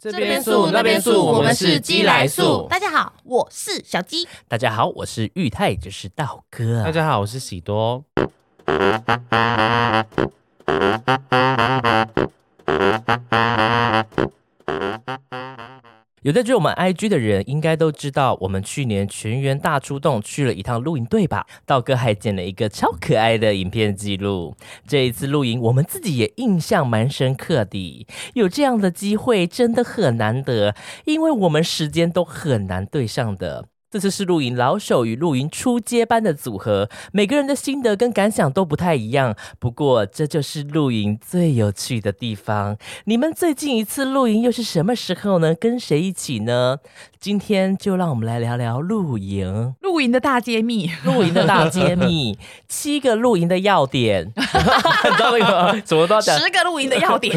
这边素那边素我们是鸡来素大家好，我是小鸡。大家好，我是玉泰，这是道哥。啊大家好，我是喜多。有在追我们 IG 的人，应该都知道我们去年全员大出动去了一趟露营队吧？道哥还剪了一个超可爱的影片记录。这一次露营，我们自己也印象蛮深刻的。有这样的机会真的很难得，因为我们时间都很难对上的。这次是露营老手与露营初阶班的组合，每个人的心得跟感想都不太一样。不过，这就是露营最有趣的地方。你们最近一次露营又是什么时候呢？跟谁一起呢？今天就让我们来聊聊 露营，露营的大揭秘，露营的大揭秘，七个露营的要 点，你知道那个吗什么都要讲。十个露营的要点。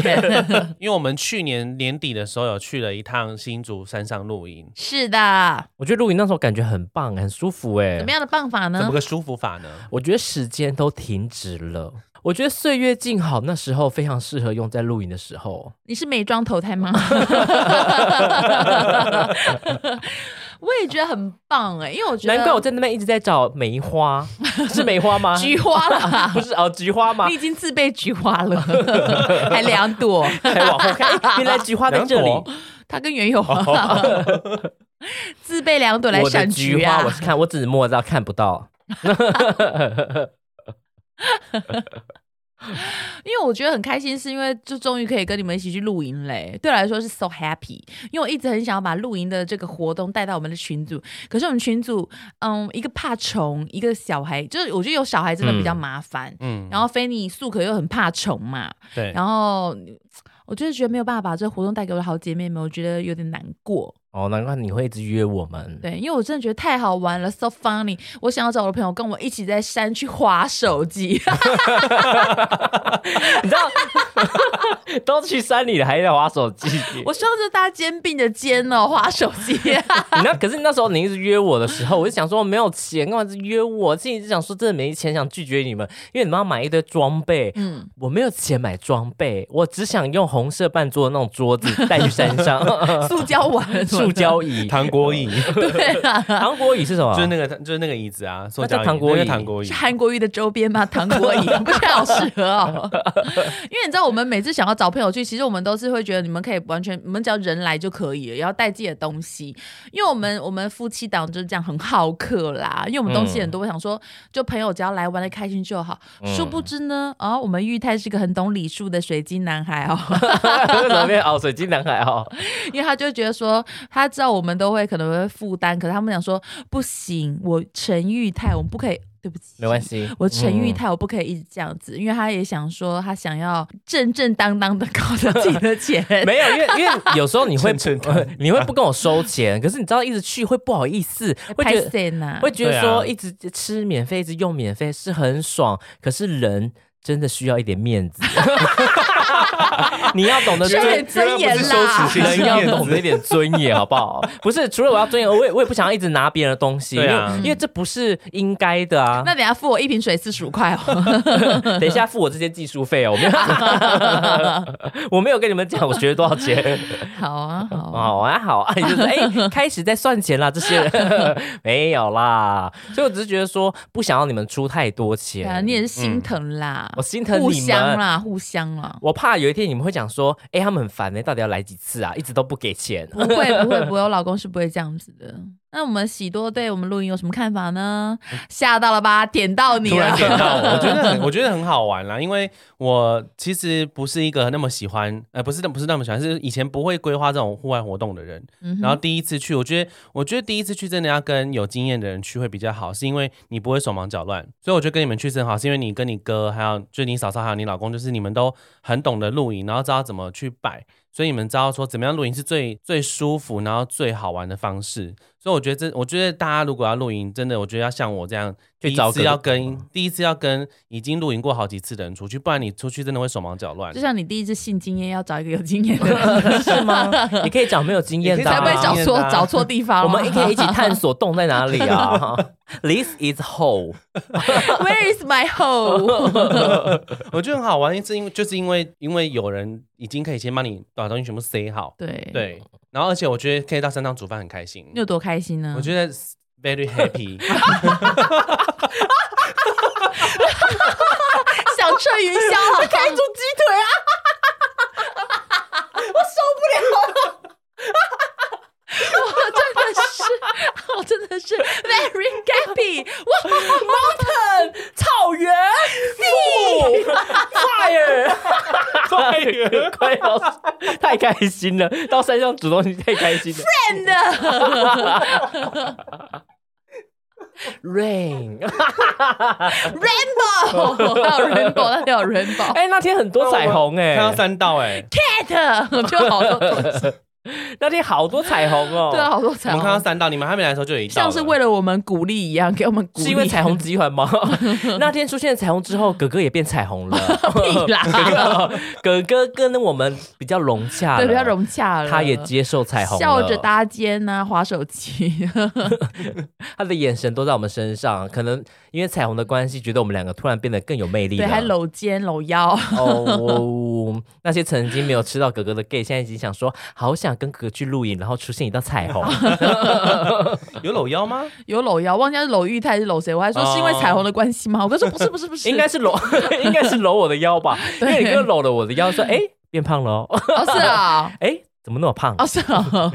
因为我们去年年底的时候有去了一趟新竹山上露营， 是哎的，我觉得露营那时候感觉很棒，很舒服哎。怎么样的办法怎呢么？个舒服法呢？我觉得时间都停止了。我觉得岁月静好那时候非常适合用在露营的时候。你是美妆投胎 吗？我也觉得很棒哎、因为我觉得难怪我啊在那边一直在找梅花，是梅花 吗？菊花了 不。是哦，菊花 吗你？已经自备菊花了，还两朵，还往后看，哎原来菊花在这里。两朵它跟原有 啊，自备两朵来我的闪菊啊花，我。是看，我只摸到看不到。因为我觉得很开心，是因为就终于可以跟你们一起去露营嘞。对我来说是 so happy，因为我一直很想要把露营的这个活动带到我们的群组，可是我们群组，嗯，一个怕虫，一个小孩，就是我觉得有小孩真的比较麻烦。嗯，然后菲尼素可又很怕虫嘛，对，然后我就是觉得没有办法把这个活动带给我的好姐妹们，我觉得有点难过。哦，难怪你会一直约我 嗯们。对，因为我真的觉得太好玩了，so funny。我想要找我的朋友跟我一起在山去划手机。 你知道， 都去山里了，还要划手机。 我希望这大家肩并着肩哦，划手机、你那可是那时候你一直约我的时候，我就想说我没有钱，干嘛一直约我？自己就想说真的没钱，想拒绝你们，因为你们要买一堆装备。嗯，我没有钱买装备，我只想用红色半桌的那种 桌子带去山上，塑胶碗，塑胶 椅、嗯糖果 椅就对啊，糖果椅是什么？ 是那个就是哦那个椅子啊，塑那叫胶椅糖果椅那叫糖果椅是，韩国瑜的周边吗？糖果椅不太好适合 哦，因为你知道我们每次想要找朋友去，其实我们都是会觉得你们可以完全，你们只要人来就可以了，也要带自己的东西，因为我们我们夫妻档就是这样很好客啦，因为我们东西很多，我想说就朋友只要来玩的开心就好，嗯殊不知呢，啊、我们玉泰是个很懂礼数的水晶男孩哦。 为什么变哦？水晶男孩哦，因为他就觉得说，他知道我们都会可能会负担，可是他们讲说不行，我陈玉泰，我们不可以，对不起，没关。系，我陈嗯玉泰，我不可以一直这样子，因为他也想说，他想要正正当当的搞到自己的钱。嗯 没有，因为因为有时候 你会趁趁他 你会不跟我收钱，可是你知道一直去会不好意思，啊会拍觉得谁呢？会觉得对啊说一直吃免费，一直用免费是很爽，可是人真的需要一点面 子。你要懂得需要尊点，尊原来严不是羞啦耻。心人要懂得一点尊严，好不好？ 不是，除了我要尊严，我也我也不想要一直拿别人的东西，因对啊为因为这不是应该 的啊。那等一下付我一瓶水四十五块哦。 等一下付我这些技术费哦，我没 有，我没有跟你们讲我学了多少钱。好啊，好啊。哦，还好啊，就是哎、开始在算钱啦，这些 人没有啦，所以我只是觉得说不想要你们出太多对钱，啊，你也是心疼啦，嗯我心疼互你相们。啦，互相 啦。我怕有一天你们会讲说，哎、他们很烦呢、到底要来几次啊？一直都不给钱。不会不会不会，我老公是不会这样子的。那我们喜多对我们录音有什么看法呢？吓到了吧？点到你突然啊了，点到我，我觉得很 我觉得很好玩啦，因为我其实不是一个那么喜欢，呃，不是不是那么喜欢，是以前不会规划这种户外活动的人。嗯然后哼第一次去，我觉得我觉得第一次去真的要跟有经验的人去会比较好，是因为你不会手忙脚乱。所以我觉得跟你们去是很好，是因为你跟你哥还有就是你嫂嫂还有你老公，就是你们都很懂得露营，然后知道怎么去摆，所以你们知道说怎么样露营是最最舒服，然后最好玩的方式。所以我觉得这，我觉得大家如果要露营，真的，我觉得要像我这样，去第找一个次要跟第一次要跟已经露营过好几次的人出去，不然你出去真的会手忙脚乱就。像你第一次性经验，要找一个有经 验的人，是吗？ 你可以找没有经验你的、可啊，以才不会找经验错的啊找错地方啊。我们可以一起探索洞在哪里啊 ？This is hole。 Where is my hole？ 我觉得很好玩，是因为就是因为因为有人已经可以先帮你把东西全部塞好，对，对，然后而且我觉得可以到山上煮饭很开心你，有多开心呢？我觉得 very happy。想吃云霄，好 开住鸡腿啊！ 我受不了了。我真的是，我真的是 very happy，哇 mountain 草原， Fire！Fire！快要太开心了，到山上煮东西太开心了。真的 Rain！ rainbow，还有 rainbow，那里有 rainbow 哎、那天很多彩虹哦哎、看到三道哎、 cat，就好多东西，那天好多彩虹哦、 对啊，，好多彩我们看到虹，三道，你们还没来的时候就有一道了，像是为了我们鼓励一样，给我们鼓励，是因为彩虹集团吗？ 那天出现彩虹之后，哥哥也变彩虹 了。 屁 啦，哥哥跟我们比较融洽，对，比较，融洽了，他也接受彩虹了，笑着搭肩呐、啊，划手机。他的眼神都在我们身上，可能因为彩虹的关系，觉得我们两个突然变得更有魅力了。对，还搂肩搂腰，哦，那些曾经没有吃到哥哥的 gay，现在已经想说，好想跟哥哥去露营，然后出现一道彩虹。有搂腰吗？有搂腰，忘记是搂玉泰还是搂谁，我还说哦是因为彩虹的关系吗？我哥说不是不是不是， 应该是搂，应该是搂我的腰吧，因为你哥搂了我的腰，说：“哎、变胖了、哦， 哦是啊，哎、怎么那么胖？”哦是 啊。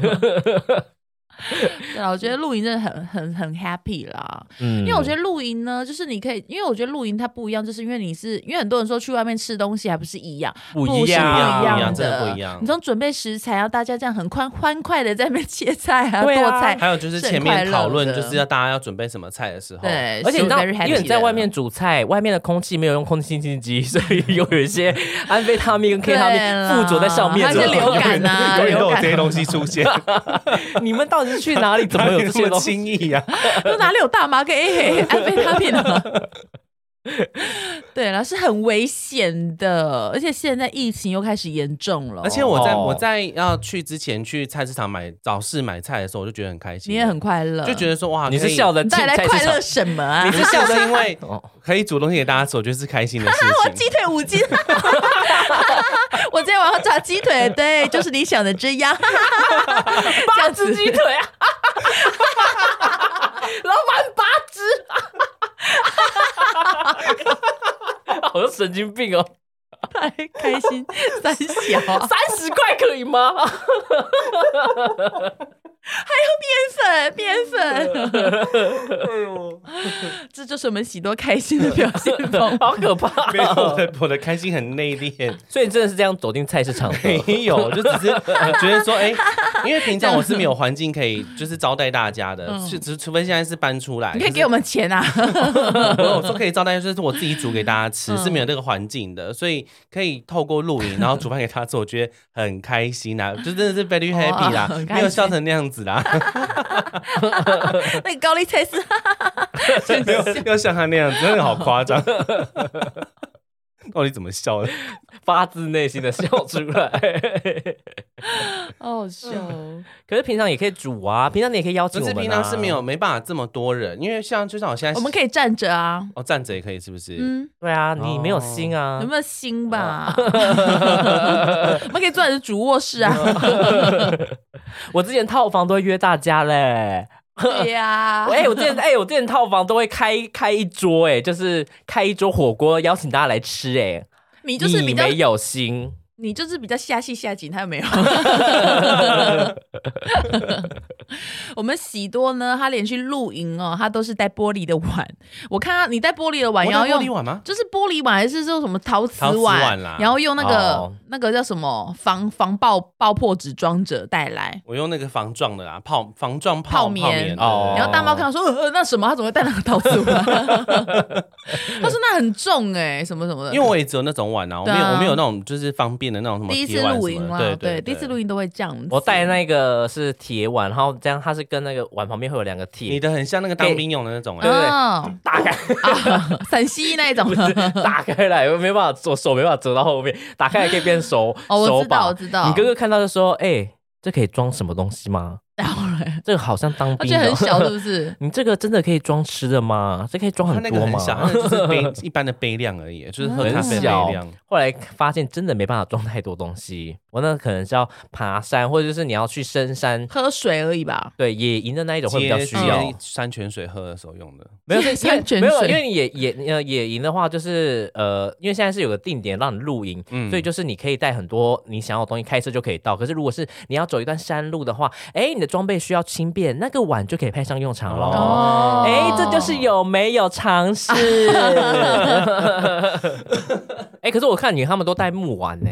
对啊，我觉得露营真的很很很 happy 啦，嗯因为我觉得露营呢，就是你可以，因为我觉得露营它不一样，就是因为你是，因为很多人说去外面吃东西还不是一样，不不一是样，啊不一样样真的不一的样，你从准备食材，然啊后大家这样很宽欢快的在那边切菜啊、对剁啊菜，还有就是前是很快面乐讨论，的就是要大家要准备什么菜的时候， 对，而且你知道，是 very 因为 happy 你在的外面煮菜，外面的空气没有用空气清新机， 所以有一些安非他命跟 K 他对命啦附着在上面还有一的。些流感 啊，永远流都有感这些东西出现，你们到底是去哪里？怎么有这些东西？轻易 啊？那哪里有大麻跟 A 安非他命啊？对了，是很危险的，而且现在疫情又开始严重了，而且我在哦我在要去之前去菜市场买早市买菜的时候，我就觉得很开心，你也很快乐，就觉得说哇，你是可以笑。的哎你到底来快乐什么啊你？是笑的，因为哦可以煮东西给大家吃，我觉得是开心的 事情 鸡。腿五斤，我今天晚上炸鸡腿，对，就是你想的这样， 八只鸡腿啊，老板八只， 好像神经病哦！ 太哎开心三 小，三十块可 以吗？哦粉面粉，哎 这就是我们喜多开心的表现 方法。 好可 怕！哦没有我的我的开心很内敛，所以你真的是这样走进菜市场的， 没有，就只是觉得说，哎、因为平常我是没有环境可以就是招待大家的，是只除非现在是搬出来，你可以给我们钱啊！没有，我说可以招待，就是我自己煮给大家吃，是没有这个环境的，所以可以透过露营，然后煮饭给他吃，我觉得很开心啊，就真的是 very happy 啦，很开心没有笑成那样子啦， 那个高丽菜丝，没有没有像他那样子，真的好夸张。到底怎么笑的？发自内心的笑出来。好好笑哦！ 可是平常也可以煮啊，平常你也可以邀请不我是们、啊。平常是没有没办法这么多人，因为像就像我现在，我们可以站着啊，哦站着也可以，是不是？嗯，对啊，哦你没有心啊有。没有心吧？ 我们可以坐在主卧室啊，我之前套房都会约大家嘞。对呀哎、，我之前哎、我之前套房都会开开一桌、哎，就是开一桌火锅，邀请大家来吃、哎，你就是比较，没有心。你就是比较下戏下井，他有没有？我们喜多呢，他连续露营哦，他都是带玻璃的碗。我看啊他你带玻璃的碗，我然拿后玻用璃碗吗？就是玻璃碗还是说什么陶瓷陶碗，瓷碗啦然后用那个、哦那个叫什么防防爆爆破纸装着带来。我用那个防撞的啦，泡防撞泡泡棉棉哦然后大猫看到说：“呃，那什么？他怎么会带那个陶瓷碗？” 他说：“那很重哎、什么什么的。”因为我也只有那种碗啊，我没对有啊我没有那种就是方店的那种什么第一次铁碗露什营么啦的，对，对第一次对露营都会这样子。我带那个是铁碗，然后这样它是跟那个碗旁边会有两个你铁，的很像那个当兵用的那种、对欸，对对哦打开 啊，陕西那一种不。是打开来，我没办法，我手没办法折到后面，打开来可以变手哦，我手知道，把我。知道。你哥哥看到就说：“哎、这可以装什么东西吗？然后嘞，这个好像当而兵且的，很小，是不是 ？你这个真的可以装吃的吗？这可以装它哦很那个多很吗？小，它那个就是杯 一般的杯量而已，就是喝很咖啡的小杯量。后来发现真的没办法装太多东西，我那可能是要爬山，或者就是你要去深山，喝水而已吧。对野营的那一种会比较接需要。接山泉水喝的时候用的，没有，是因为山泉没有，水因为野野呃野营的话，就是呃，因为现在是有个定点让你露营，嗯所以就是你可以带很多你想要的东西，开车就可以到。可是如果是你要走一段山路的话，哎，你的装备需要轻便，那个碗就可以派上用场喽。哦哎、这就是有没有尝试？ 哎，可是我看你他们都带木碗呢、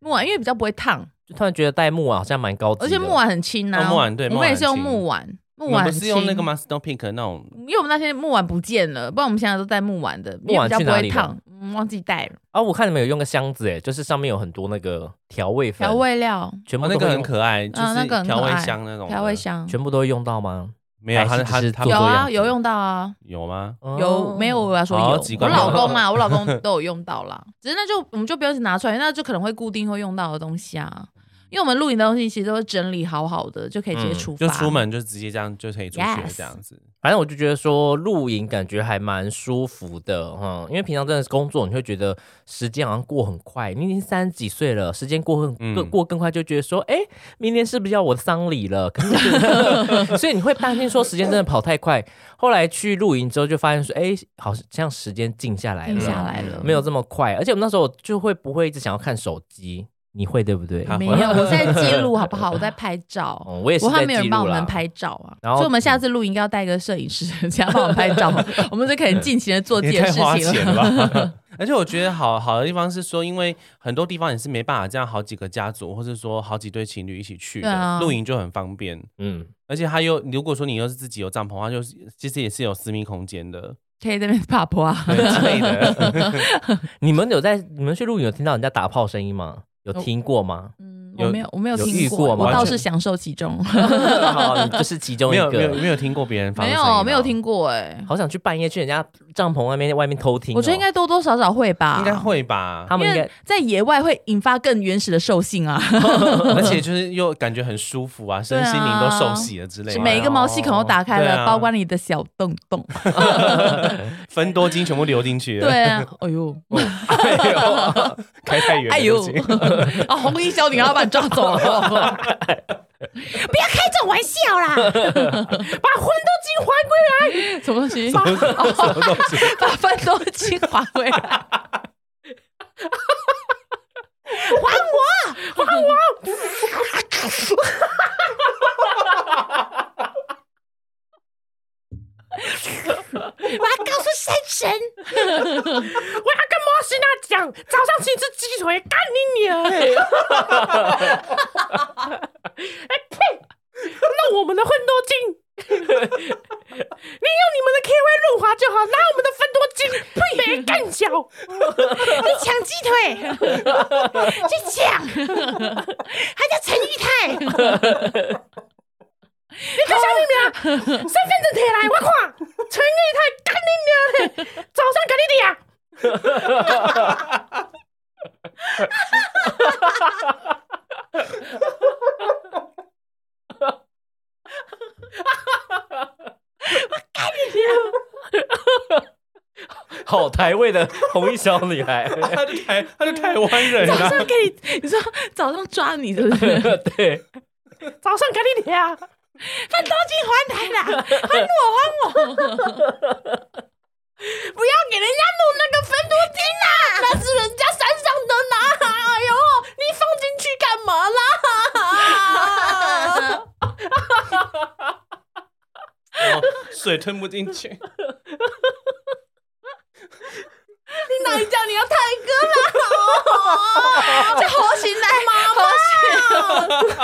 木碗，因为比较不会烫，就突然觉得带木碗好像蛮高级的，而且木碗很轻啊。哦木碗对我们也是用木碗很轻木碗，木我们碗不很是轻用那个吗？Snow Pink 的那种因为我们那天木碗不见了，不然我们现在都带木碗的，木碗因为比去较哪不里会烫，嗯忘记带了啊，我看你们有用个箱子，哎，就是上面有很多那个调味粉，调味料、全部哦，都那个会很用可爱，就嗯那个是很调可味爱箱那种的调味香，全部都会用到吗？没有，还它是只它是它做有作样啊，子有用到啊。有吗？哦有没有？我要说好有奇，我怪老公嘛，我老公 都有用到啦。只是那就我们就不用拿出来，那就可能会固定会用到的东西啊。因为我们露营的东西其实都会整理好好的，就可以直接嗯出发。就出门就直接这样就可以出去了 Yes 这样子。反正我就觉得说露营感觉还蛮舒服的，嗯，因为平常真的是工作，你会觉得时间好像过很快。你已经三十几岁了，时间过更嗯更过更快，就觉得说，哎、明年是不是要我的丧礼了？ 可是所以你会担心说时间真的跑太快。后来去露营之后，就发现说，哎、好像时间静下来了，定下来了，没有这么快。而且我们那时候就会不会一直想要看手机？你会对不对？他没会 有，我在记录好不好？我在拍照。嗯，我嗯也是我怕在没有记人帮录我们啦。拍照啊，然后嗯所以我们下次录应该要带个摄影师， 这样帮我们拍 照，我们就可以尽情的做自也己的太事花情钱了。了吧！ 而且我觉得好好的地方是说，因为很多地方也是没办法这样好几个家族，或是说好几对情侣一起去对的，啊露营就很方便。嗯，而且它又，如果说你又是自己有帐篷的话，就是其实也是有私密空间 的可以在那边爬坡啊，对之类 的。你们有在你们去露营有听到人家打炮声音吗？有听过 吗？嗯，有我没有，我没有有遇听过吗我完倒全是享受其中，好，你就是其中没一有没有个。没有听过别人发出没声音吗有没有，听过哎，好想去半夜去人家帐篷外面外面偷听哦、我觉得应该多多少少会吧，应该会吧？他们应因该为在野外会引发更原始的兽性啊，而且就是又感觉很舒服啊，身心灵都受洗了之类对啊的，每一个毛细孔都打开对了，啊包括你的小洞洞。 分多精全部流进去了。对啊，哎呦，哎呦，开太远了，哎呦对不起， 啊，红衣小女孩要把你抓走了，开这种玩笑啦！把魂都精什么东西？什么东西？把饭都精华回 来。 我要告诉山神，我要跟摩西娜讲，早上吃一只鸡腿，干你娘！哎、哎呸！那我们的混多精，你用你们的 KY 润滑就好，拿我们的分多精，呸！别干脚。去抢鸡腿，去抢，还叫陈玉泰，小你娘，身份证摕来，我看，陈玉泰干你娘嘞，早上干你娘。好台味的红衣小女 孩，他是台，他是台湾人早啊上。给你，你说早上抓你是不是？对，早上赶紧点啊！饭都进还台啦！还我还我，不要给人家弄那个分多金啊啦！ 那是人家山上的啦！哎呦，你放进去干嘛啦？ 哦水吞不进去，你哪里叫你要泰 哥啦？这好起来吗？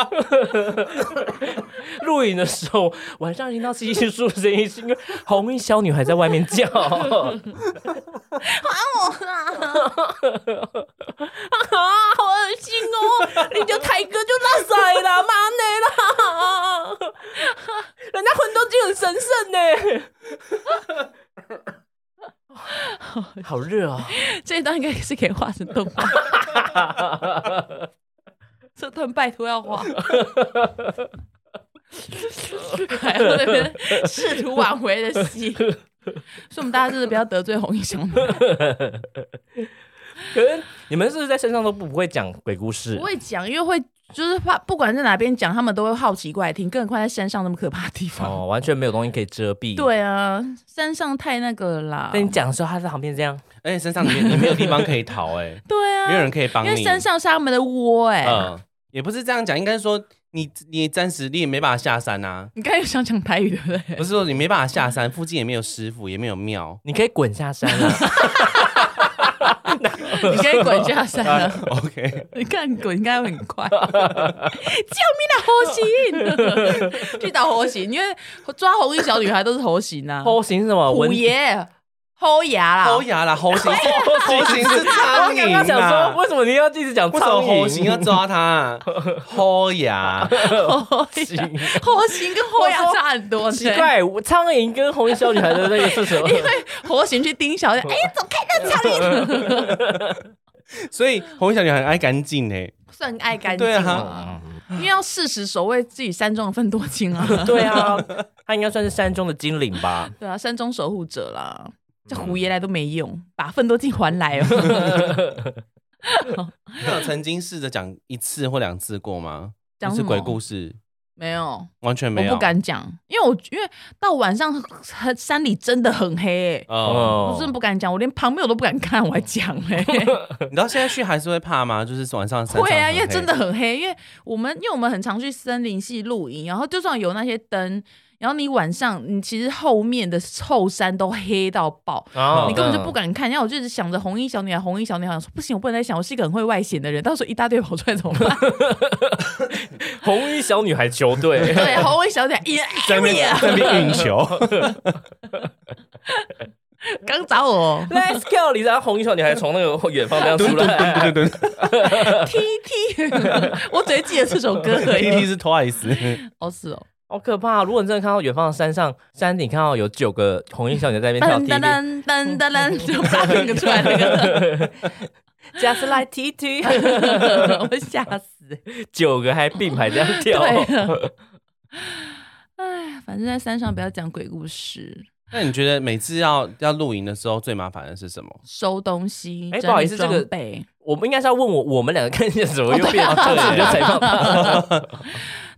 露露营的时候，晚上听到稀稀疏疏的声音，是因为红衣小女孩在外面叫。啊，好恶心哦！你就台哥就那塞啦，妈 呢啦，人家魂斗金很神圣呢。好热啊、这一段应该是可以画成动画。这段拜托要画，还要那边试图挽回的戏，所以我们大家真的不要得罪红衣兄弟。可是你们是不是在山上都不不会讲鬼故事不？会讲，因为会就是怕，不管在哪边讲，他们都会好奇过来听，更何况在山上那么可怕的地方。哦，完全没有东西可以遮 蔽。。对啊，山上太那个了啦。但你讲的时候，他在旁边这样，而且身上你没你没有地方可以逃、欸，对哎，没有啊，人可以帮因你。为山上是他们的窝哎、嗯，也不是这样讲，应该说你你暂时你也没办法下山啊，你刚才有想讲台语对不对？ 不是说你没办法下山，附近也没有师傅，也没有庙。你可以滚 下山了。你可以滚下山了。 OK，你看滚应该会很快，救命啊！猴形， 去打猴形，因为抓红衣小女孩都是猴形 啊，后行是什么？虎文爷、猴牙啦，侯牙啦，侯行是侯行是我苍刚刚蝇想啊说，。为什么你要一直讲为什么苍猴行要蝇？抓他、啊？侯牙，猴牙，猴形跟猴牙差很多，奇，怪，我苍蝇跟红衣小女孩的那个是 什么？猴形去盯小姐，哎呀，走开那草蝇，所以红衣小女孩很爱干净哎。算爱干净对啊，啊，因为要适时守卫自己山中的分多精啊， 对啊，他应该算是山中的精灵吧？对啊，山中守护者啦。嗯这虎爷来都没用，把分多精还来哦。 你有曾经试着讲一次或两次过吗？讲就是什么鬼故事，没有，完全没有。我不敢讲，因为我因为到晚上很山里真的很黑、欸，哦，哦我真的不敢讲，我连旁边我都不敢看，我还讲哎、 你知道现在去还是会怕吗？就是晚上山上会啊，很因为黑真的很黑，因为我们因为我们很常去森林系露营，然后就算有那些灯，然后你晚上你其实后面的后山都黑到爆。哦你根本就不敢看，然后我就一直想着红衣小女孩，红衣小女孩，我说不行，我不能再想，我是一个很会外显的人，到时候一大堆跑出来怎么办？红衣小女孩球队。 对，红衣小女孩，in 在那边 area，在那边运球。 刚找我 哦 Let's go！你知道红衣小女孩从那个远方这样出来， ，T T，我只会记得这首歌 而已 T。T 是 Twice，哦，是哦，好可怕！如果你真的看到远方的山上山顶，看到有九个红衣小女孩在那边跳噔踢噔噔踢，噔噔噔，就把那个出来那个， 加斯来踢踢，我吓死。九个还并排这样跳。对啊，哎，反正在山上不要讲鬼故事， 那你觉得每次要要露营的时候，最麻烦的是什么？收东西，哎整理不好意思这个装备。 我们应该是要问我，我们两个看见什么又变成这样就采访他。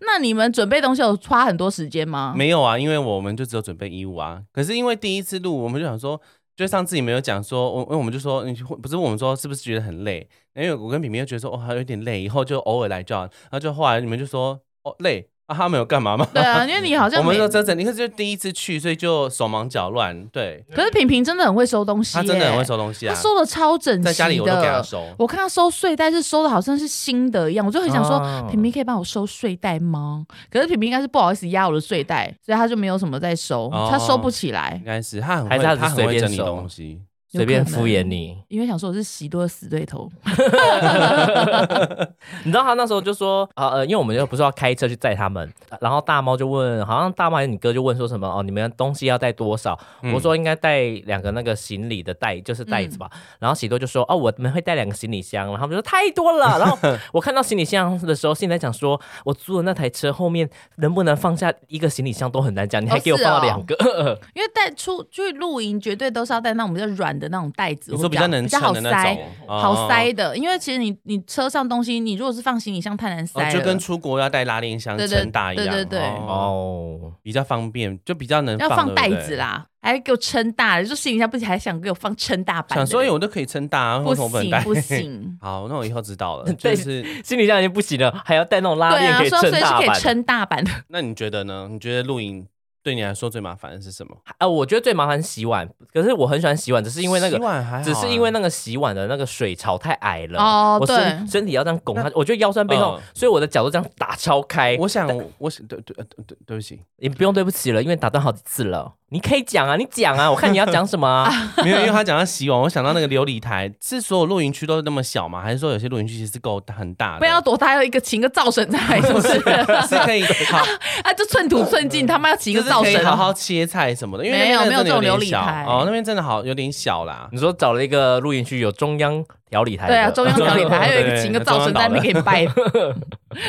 那你们准备东西有花很多时间吗？没有啊，因为我们就只有准备衣物啊。可是因为第一次录，我们就想说，就上次你没有讲说，我因为我们就说，你不是我们说是不是觉得很累？因为我跟平平就觉得说，哦，还有点累，以后就偶尔来就好。然后就后来你们就说，哦，累啊，他们有干嘛吗？对啊，因为你好像我们没说真整，你可是就第一次去，所以就手忙脚乱。对 可是平平真的很会收东西耶，他真的很会收东西他啊，收的超整齐在的。家里我都给他收。我看他收睡袋是收的好像是新的一样，我就很想说，哦平平可以帮我收睡袋吗？可是平平应该是不好意思压我的睡袋，所以他就没有什么在收，哦他收不起来应，该是他很还会，是他只他是很随会便整理收东西。有随便可能敷衍你。因为想说我是喜多的死对头，你知道他那时候就说啊呃，因为我们就不是要开车去载他们，然后大猫就问，好像大猫还是你哥就问说什么哦，你们东西要带多少？嗯我说应该带两个那个行李的袋，就是袋子吧。然后喜多就说哦，我们会带两个行李箱，然后他们就说太多了。然后我看到行李箱的时候，现在讲说我租的那台车后面能不能放下一个行李箱都很难讲，你还给我是放哦到两个，因为带出去露营绝对都是要带那种比较软的那种袋子，你我说比比较较能比较好撑的那塞种，，好哦塞的，因为其实你你车上东西，你如果是放行李箱太难塞哦，了，就跟出国要带拉链箱对对撑大一样，对对对哦，哦， 比较方便，就比较能要放袋对子。啦，还给我撑大，就行李箱不行，还想给我放撑大不对版的，想说，哎，我都可以撑大啊，不为什么能行带。不。行 好，那我以后知道 了。就对是，行李箱已经不行了，还要带那种拉对链啊，可以说撑所以是大可以版。撑大版的，那你觉得呢？你觉得露营对你来说最麻烦的是什么？啊，我觉得最麻烦是洗碗，可是我很喜欢洗碗，只是因为那个洗碗还好啊只是因为那个洗碗的那个水槽太矮了，哦我身对身体要这样拱它，我觉得腰酸背痛嗯，所以我的脚都这样打超开。我想，我想对对呃对对，对不起，你不用对不起了，因为打断好几次了。你可以讲啊，你讲啊，我看你要讲什 么啊？ 没有，因为他讲到洗碗，我想到那个琉璃台，是所有露营区都那么小吗？还是说有些露营区其实是够很大的？不要多大，要一个请个灶神在来，是不是？ 是 可以好，啊，就寸土寸金，他妈要请一就个是灶可以神好哦。好切菜什么的，因为没有那边真的没有有这种琉点璃小台哦，那边真的好有点小啦。你说找了一个露营区有中央调理台的，对啊，中央调理 台，还有一个对请个灶神在那边给你拜。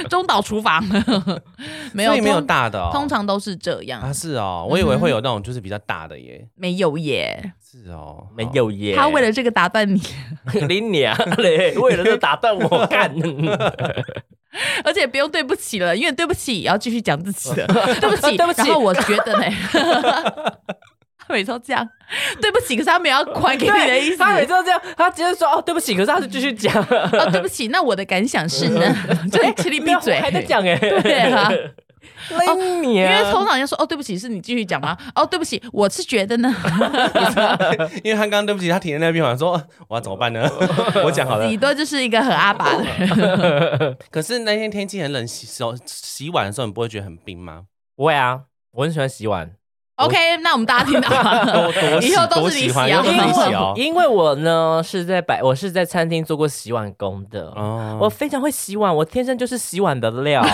中岛厨房 没有所以没有通大的哦，通常都是这样啊，是哦，我以为会有那种就是比较大的耶，没有耶。是哦， 没有耶。他为了这个打断你， 你娘嘞， 为了这打断我干。 而且不用对不起了，因为对不起也要继续讲自己 的，对不起，对不起然后我觉得呢， 他每次都这样，对不起，可是他没有要还给你的意对，思。他每次都这样，他直接说哦对不起，可是他就继续讲，哦，对不起，那我的感想是呢，嗯就是吃 力闭嘴，还在讲哎， 对啊，勒你因啊，为通常要说哦，对不起，是你继续讲吗？哦，对不起，我是觉得呢，因为他刚刚对不起，他停在那边，我想说呃我要怎么办 呢？我讲好了你。多就是一个很阿爸的人，可是那天天气很冷，洗手洗碗的时候，你不会觉得很冰吗？会啊，我很喜欢洗碗， OK，那我们大家听 到多了，多洗以后都是多你喜欢，洗啊又不是因你为洗哦。因为我呢是在摆，我是在餐厅做过洗碗工的。哦我非常会洗碗，我天生就是洗碗的料。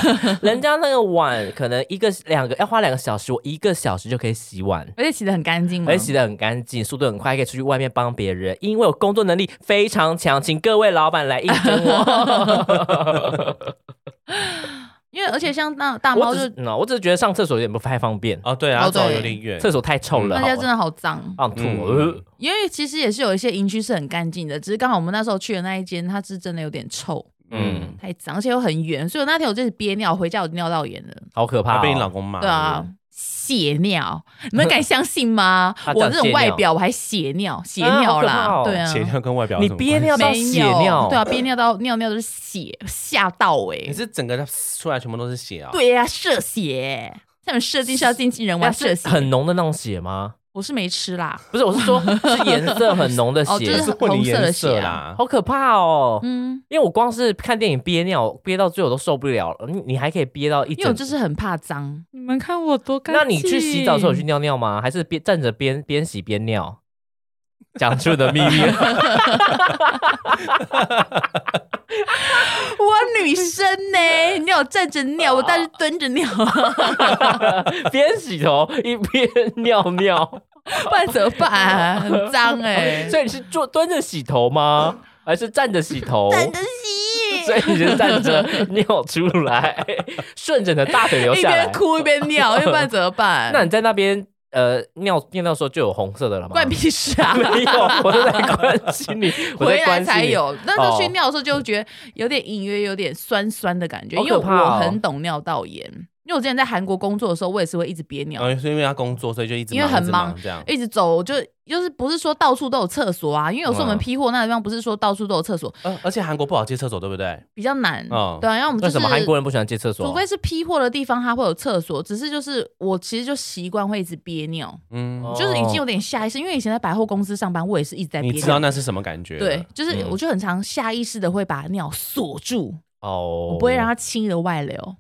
人家那个碗可能一个两个要花两个小时，我一个小时就可以洗碗， 而且洗的很干净嘛哎而且。洗的很干净，速度很快，可以出去外面帮别人。因为我工作能力非常强，请各位老板来应征我。因为而且像那大猫我就只是、嗯啊我只是觉得上厕所有点不太方便，哦，对哦啊，走对有点远。厕所太臭了，大家好真的好脏，好吐、嗯呃因为其实也是有一些营区是很干净的，只是刚好我们那时候去的那一间，它是真的有点臭，嗯，太脏，而且又很远，所以我那天我真是憋尿，回家我就尿到眼了，好可怕、怕哦！被你老公骂。对啊，，血尿，你们敢相信吗 他？我讲这种血外尿表我还血尿，血啊好尿可啦怕，哦对啊，血尿跟外表有你什么关憋系尿到没血有尿，对啊，憋尿到尿尿都是血，吓到哎、你是整个出来全部都是血啊？，对呀、射血。他们射精是要进行人那玩射哎是血，很浓的那种血吗？我是没吃啦，不是，我是说，是颜色很浓的血，哦就是是混红你色的颜血色啊啦。好可怕哦。嗯，因为我光是看电影憋尿，憋到最后都受不了了。你你还可以憋到一因为我整就。是很怕脏。你们看我多干那你去洗澡的时候有去尿尿吗？还是边站着边边洗边尿？讲出你的 秘密，我女生呢、 你有站着啊尿，我当时蹲着尿， 不边洗头一边尿尿。 然怎么办、很脏 哎、哦所以你是坐蹲着洗头吗？还是站着洗头？站着洗，所以你就站着尿出来，顺着你的大腿流一下来边。哭一边 尿，要不然怎么办？那你在那边呃尿尿的时候就有红色的了吗？关你屁事啊！没有，我都在关心你， 我回在来关心才你。有。那时候去哦尿的时候就觉得有点隐约，有点酸酸的感觉，好因为可怕哦我很懂尿道炎。因为我之前在韩国工作的时候，我也是会一直憋尿，嗯，是因为他工作，所以就一直因为很一直忙这样。一直走，就就是不是说到处都有厕所啊？因为有时候我们嗯批货那地方不是说到处都有厕所，呃，而且韩国不好接厕所，对不对？比较难。嗯对啊，然后我们就为是哦什么韩国人不喜欢借厕所？除非是批货的地方，它会有厕所，只是就是我其实就习惯会一直憋尿，嗯，哦就是已经有点下意识。因为以前在百货公司上班，我也是一直在憋你知道尿。那是什么感觉？对，，就是嗯我就很常下意识的会把尿锁住，哦，我不会让它轻易的外流。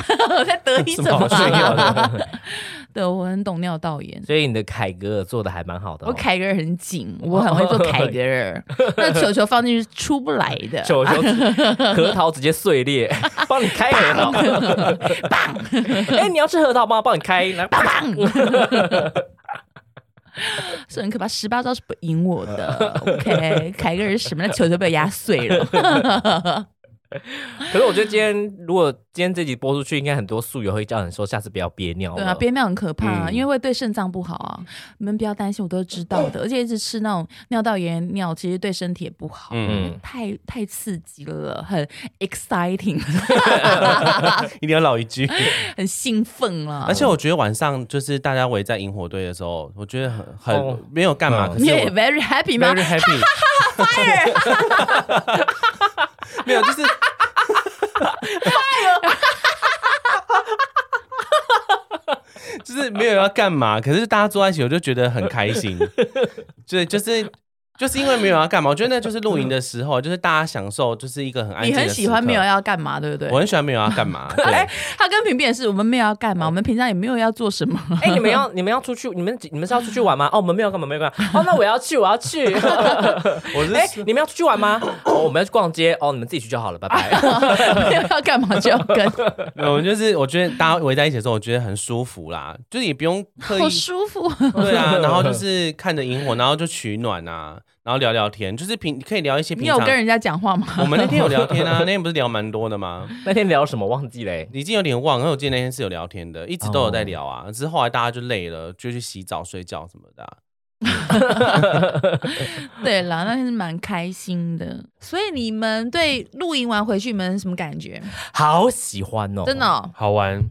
嗯，我在得意什什么么好炫耀啊？的？ 对，我很懂尿道炎。所以你的凯格尔做的还蛮好的哦、我凯格尔很紧，我很会做凯格尔，那球球放进去是出不来的。 球球核桃直接 碎裂，帮你开核桃。 哎、你要吃核桃吗？帮你开。来 是很可怕，十八招是不赢我的。OK，凯格尔是什么？那球球被我压碎了。可是我觉得今天如果今天这集播出去，应该很多宿友会叫你说下次不要憋尿了。对啊，憋尿很可怕啊，嗯因为会对肾脏不好啊。你们不要担心，我都知道的。而且一直吃那种尿道炎尿，其实对身体也不好。嗯，嗯，太太刺激了，很 exciting， 一定要唠一句。很兴奋啊啦。而且我觉得晚上就是大家围在萤火堆的时候，我觉得很哦很没有干嘛，嗯可是你也我 very happy 吗 very happy。没有，就是就是没有要干嘛，可是大家坐在一起，我就觉得很开心。对，就是就是因为没有要干嘛，我觉得那就是露营的时候，就是大家享受，就是一个很安静你的很喜欢时刻没有，要干嘛，对不对我？很喜欢没有要干嘛。对，他跟平平也是，我们没有要干嘛，我们平常也没有要做什 么。哎、你们要 你们要出去，你们你们是要出去玩吗？哦，我们没有干嘛，没有干嘛。哦，那我要去，我要去。 我是哎、你们要出去玩吗？哦，我们要去逛街。哦，你们自己去就好了，拜 拜。没有要干嘛就要跟，我们就是我觉得大家围在一起的时候，我觉得很舒服啦，就是也不用刻好意舒服。 对啊，然后就是看着萤火，然后就取暖啊，然后聊聊天，就是平可以聊一些你平有常。跟人家讲话吗？我们那天有聊天 啊，那天不是聊蛮多的吗？那天聊什么忘记欸嘞、已经有点忘，因为我记得那天是有聊天的，一直都有在聊哦啊。只是后来大家就累了，就去洗澡、睡觉什么的啊、对啦，那天是蛮开心的。所以你们对露营完回去，你们什么感觉？好喜欢哦，真的、哦。好玩。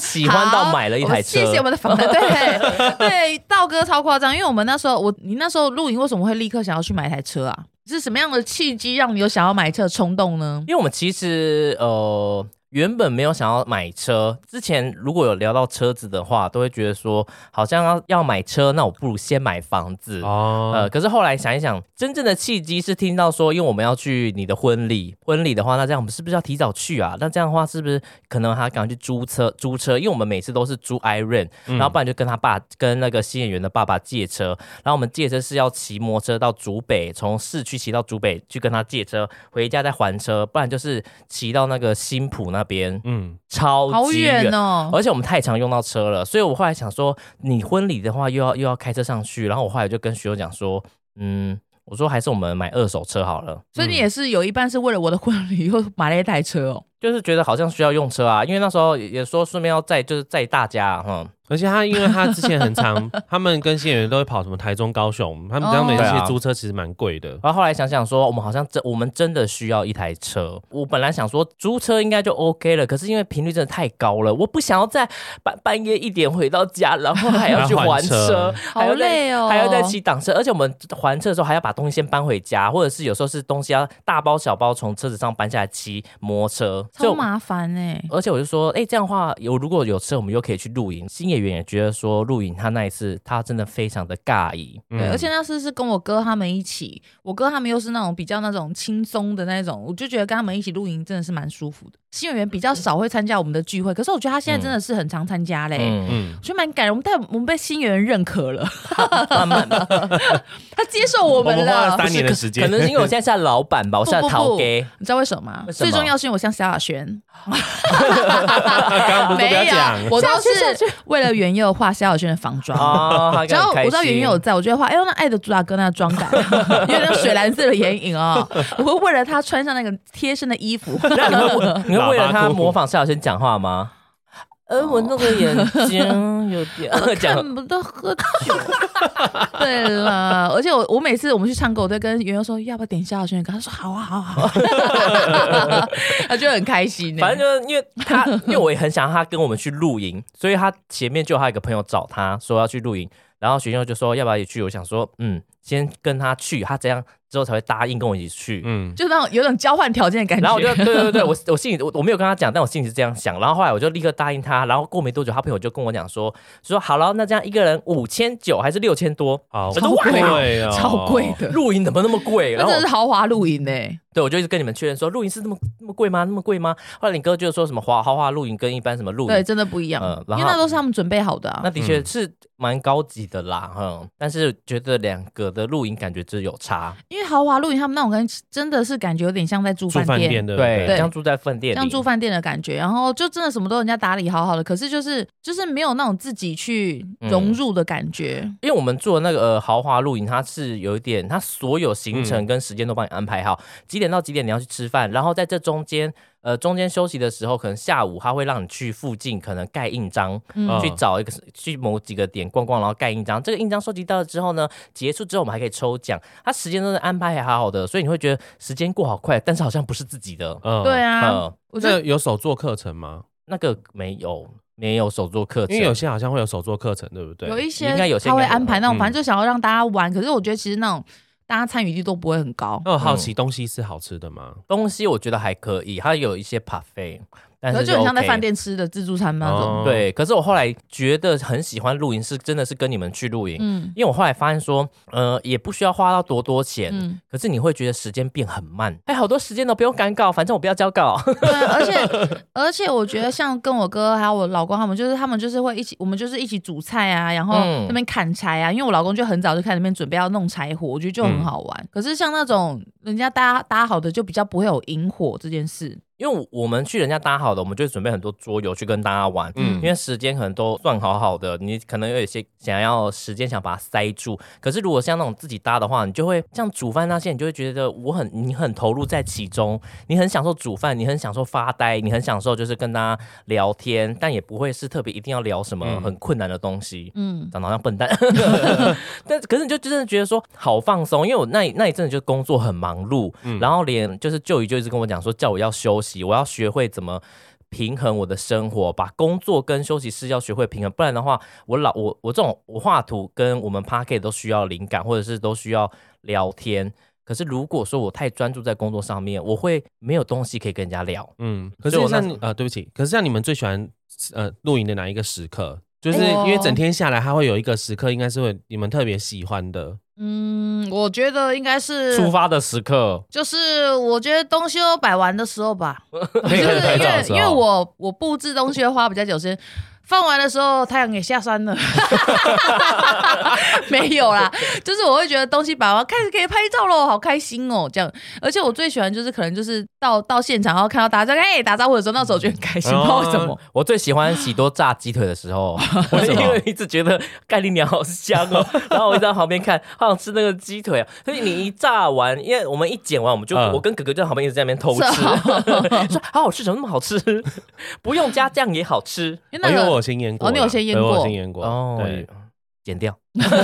喜欢到买了一台车。好谢谢我们的访谈。 对对，道哥超夸张，因为我们那时候我你那时候露营为什么会立刻想要去买一台车啊？是什么样的契机让你有想要买车的冲动呢？因为我们其实呃原本没有想要买车，之前如果有聊到车子的话，都会觉得说好像要要买车，那我不如先买房子。哦呃，可是后来想一想，真正的契机是听到说，因为我们要去你的婚礼，婚礼的话，那这样我们是不是要提早去啊？那这样的话，是不是可能还要赶快去租车？租车，因为我们每次都是租 Iron，然后不然就跟他爸、跟那个新演员的爸爸借车。然后我们借车是要骑摩托车到竹北，从市区骑到竹北去跟他借车，回家再还车，不然就是骑到那个新浦那边，嗯，超好级远哦，而且我们太常用到车了，所以我后来想说，你婚礼的话又要又要开车上去，然后我后来就跟徐友讲说，嗯，我说还是我们买二手车好了，所以你也是有一半是为了我的婚礼又买了一台车哦。就是觉得好像需要用车啊，因为那时候也也说顺便要载就是载大家哈、而且他因为他之前很常，他们跟新演员都会跑什么台中、高雄，他们这样每次哦去租车其实蛮贵的。然后后来想想说，我们好像真我们真的需要一台车。我本来想说租车应该就 OK 了，可是因为频率真的太高了，我不想要在半半夜一点回到家，然后还 要去还还车车，嗯还要再好累哦还要再骑挡车，而且我们还车的时候还要把东西先搬回家，或者是有时候是东西要大包小包从车子上搬下来骑摩托车，超就麻烦哎、而且我就说，哎、这样的话，有如果有车，我们又可以去露营。新演员也觉得说，露营他那一次他真的非常的尬意，对，嗯而且那次是跟我哥他们一起，我哥他们又是那种比较那种轻松的那种，我就觉得跟他们一起露营真的是蛮舒服的。新演员比较少会参加我们的聚会，可是我觉得他现在真的是很常参加嘞、嗯，嗯，我觉得蛮感人，我们但我们被新演员认 可了，慢 慢他接受我们我们花了了三。年的时间，可能是因为我现在是他老板吧，我是他不不陶不给。你知道为什么吗？为什么最重要是因为我像萧亚轩， 刚 刚不是都不要没有讲，，我都是为了袁佑画萧亚轩的仿妆。哦，他应只该要很开我知道心原因有在，我就会画。哎呦，那爱的主打哥那妆感， 因为那水蓝色的眼影哦，我会为了他穿上那个贴身的衣服。那你会你喇叭会为了他裤模仿萧亚轩讲话哦吗？呃，我那个眼睛有 点哦 讲看不到喝酒。 对了，而且我我每次我们去唱歌，我都会跟袁佑说要不要点萧亚轩的歌，他说好啊好啊好啊， 他就很开心欸呢。反正就是因为 他，因为我也很想他跟我们去露营，所以他前面就有他一个朋友找他说要去露营，然后学校就说要不要一起去，我想说嗯，先跟他去，他怎样之后才会答应跟我一起去。嗯，就那种有种交换条件的感觉。然后我就哦对对对，我我心里我我没有跟他讲，但我心里是这样想。然后后来我就立刻答应他。然后过没多久，他朋友就跟我讲说，说好了，那这样一个人五千九还是六千多，好我都忘了贵哦，啊超贵的，露营怎么那么贵？那然真的后是豪华露营呢、欸对我就一直跟你们确认说，露营是那么那么贵吗？那么贵吗？后来你哥就说什么华豪华露营跟一般什么露对，营，真的不一样，嗯因然后为那都是他们准备好的啊。那的确是蛮高级的啦，哼、但是觉得两个的露营感觉就是有差，因为豪华露营他们那种感觉真的是感觉有点像在住住饭饭店店，的这样住在饭店里，像住饭店的感觉，然后就真的什么都人家打理好好的，可是就是就是没有那种自己去融入的感觉。因为我们做的那个、呃、豪华露营，它是有一点，它所有行程跟时间都帮你安排好，几点到几点你要去吃饭，然后在这中间，呃，中间休息的时候，可能下午它会让你去附近可能盖印章，嗯，哦去找一个去某几个点逛逛，然后盖印章。这个印章收集到了之后呢，结束之后我们还可以抽奖，它时间都是安排还好好的，所以你会觉得时间过好快，但是好像不是自己的。嗯对。啊，呃，我觉这得有手作课程吗？那个没有没有手作课程，因为有些好像会有手作课程，对不对？有一些应该有些他会应该有安排那种，嗯反正就想要让大家玩。可是我觉得其实那种大家参与率都不会很高。哦那我好奇东西是好吃的吗？东西我觉得还可以，它有一些 buffet，但可是是就很像在 OK 饭。店吃的自助餐那种。哦，对，可是我后来觉得很喜欢露营，是真的是跟你们去露营，嗯因为我后来发现说，呃，也不需要花到多多钱，嗯，可是你会觉得时间变很慢，哎，好多时间都不用赶稿，反正我不要交稿。对啊，而且而且我觉得像跟我哥还有我老公他们，就是他们就是会一起，我们就是一起煮菜啊，然后嗯那边砍柴啊，因为我老公就很早就开始那边准备要弄柴火，我觉得就很好嗯玩。可是像那种人家搭搭好的，就比较不会有引火这件事。因为我们去人家搭好的，我们就会准备很多桌游去跟大家玩，嗯因为时间可能都算好好的，你可能有一些想要时间想把它塞住，可是如果像那种自己搭的话，你就会像煮饭那些，你就会觉得我很你很投入在其中，你很享受煮饭，你很享受发呆，你很享受就是跟大家聊天，但也不会是特别一定要聊什么嗯很困难的东西。嗯，长得好像笨蛋， 但可是你就真的觉得说好放松，因为我那一那一阵子就工作很忙碌，然后连就是舅姨就一直跟我讲说，叫我要休息，我要学会怎么。平衡我的生活，把工作跟休息室要学会平衡，不然的话，我老我我这种我画图跟我们 p a r k e t 都需要灵感，或者是都需要聊天。可是如果说我太专注在工作上面，我会没有东西可以跟人家聊。嗯，可所是以我那像你呃，对不起，可是像你们最喜欢呃露营的哪一个时刻？就是哎因为我整天下来，它会有一个时刻，应该是会你们特别喜欢的。嗯，我觉得应该是出发的时刻，就是我觉得东西都摆完的时候吧，就是因可以拍照的为时因候为我我布置东西会花比较久时间，放完的时候太阳也下山了， 没有啦，就是我会觉得东西摆完开始可以拍照喽，好开心哦，这样。而且我最喜欢就是可能就是到到现场然后看到大家哎打招呼的时候，那时候我觉得很开心，不知道为什么。哦我最喜欢喜多炸鸡腿的时 候，我为什么因为一直觉得盖丽鸟好香 哦，然后我一直在旁边看，好想吃那个鸡腿啊。所以你一炸完，因为我们一剪完，我们就、嗯我跟哥哥就在旁边一直在那边偷吃，是啊 说好好吃，怎么那么好吃？ 不用加酱也好吃因哦因为那为我个有先腌过哦啦，你有先腌对我有过先腌过。哦对，。剪掉，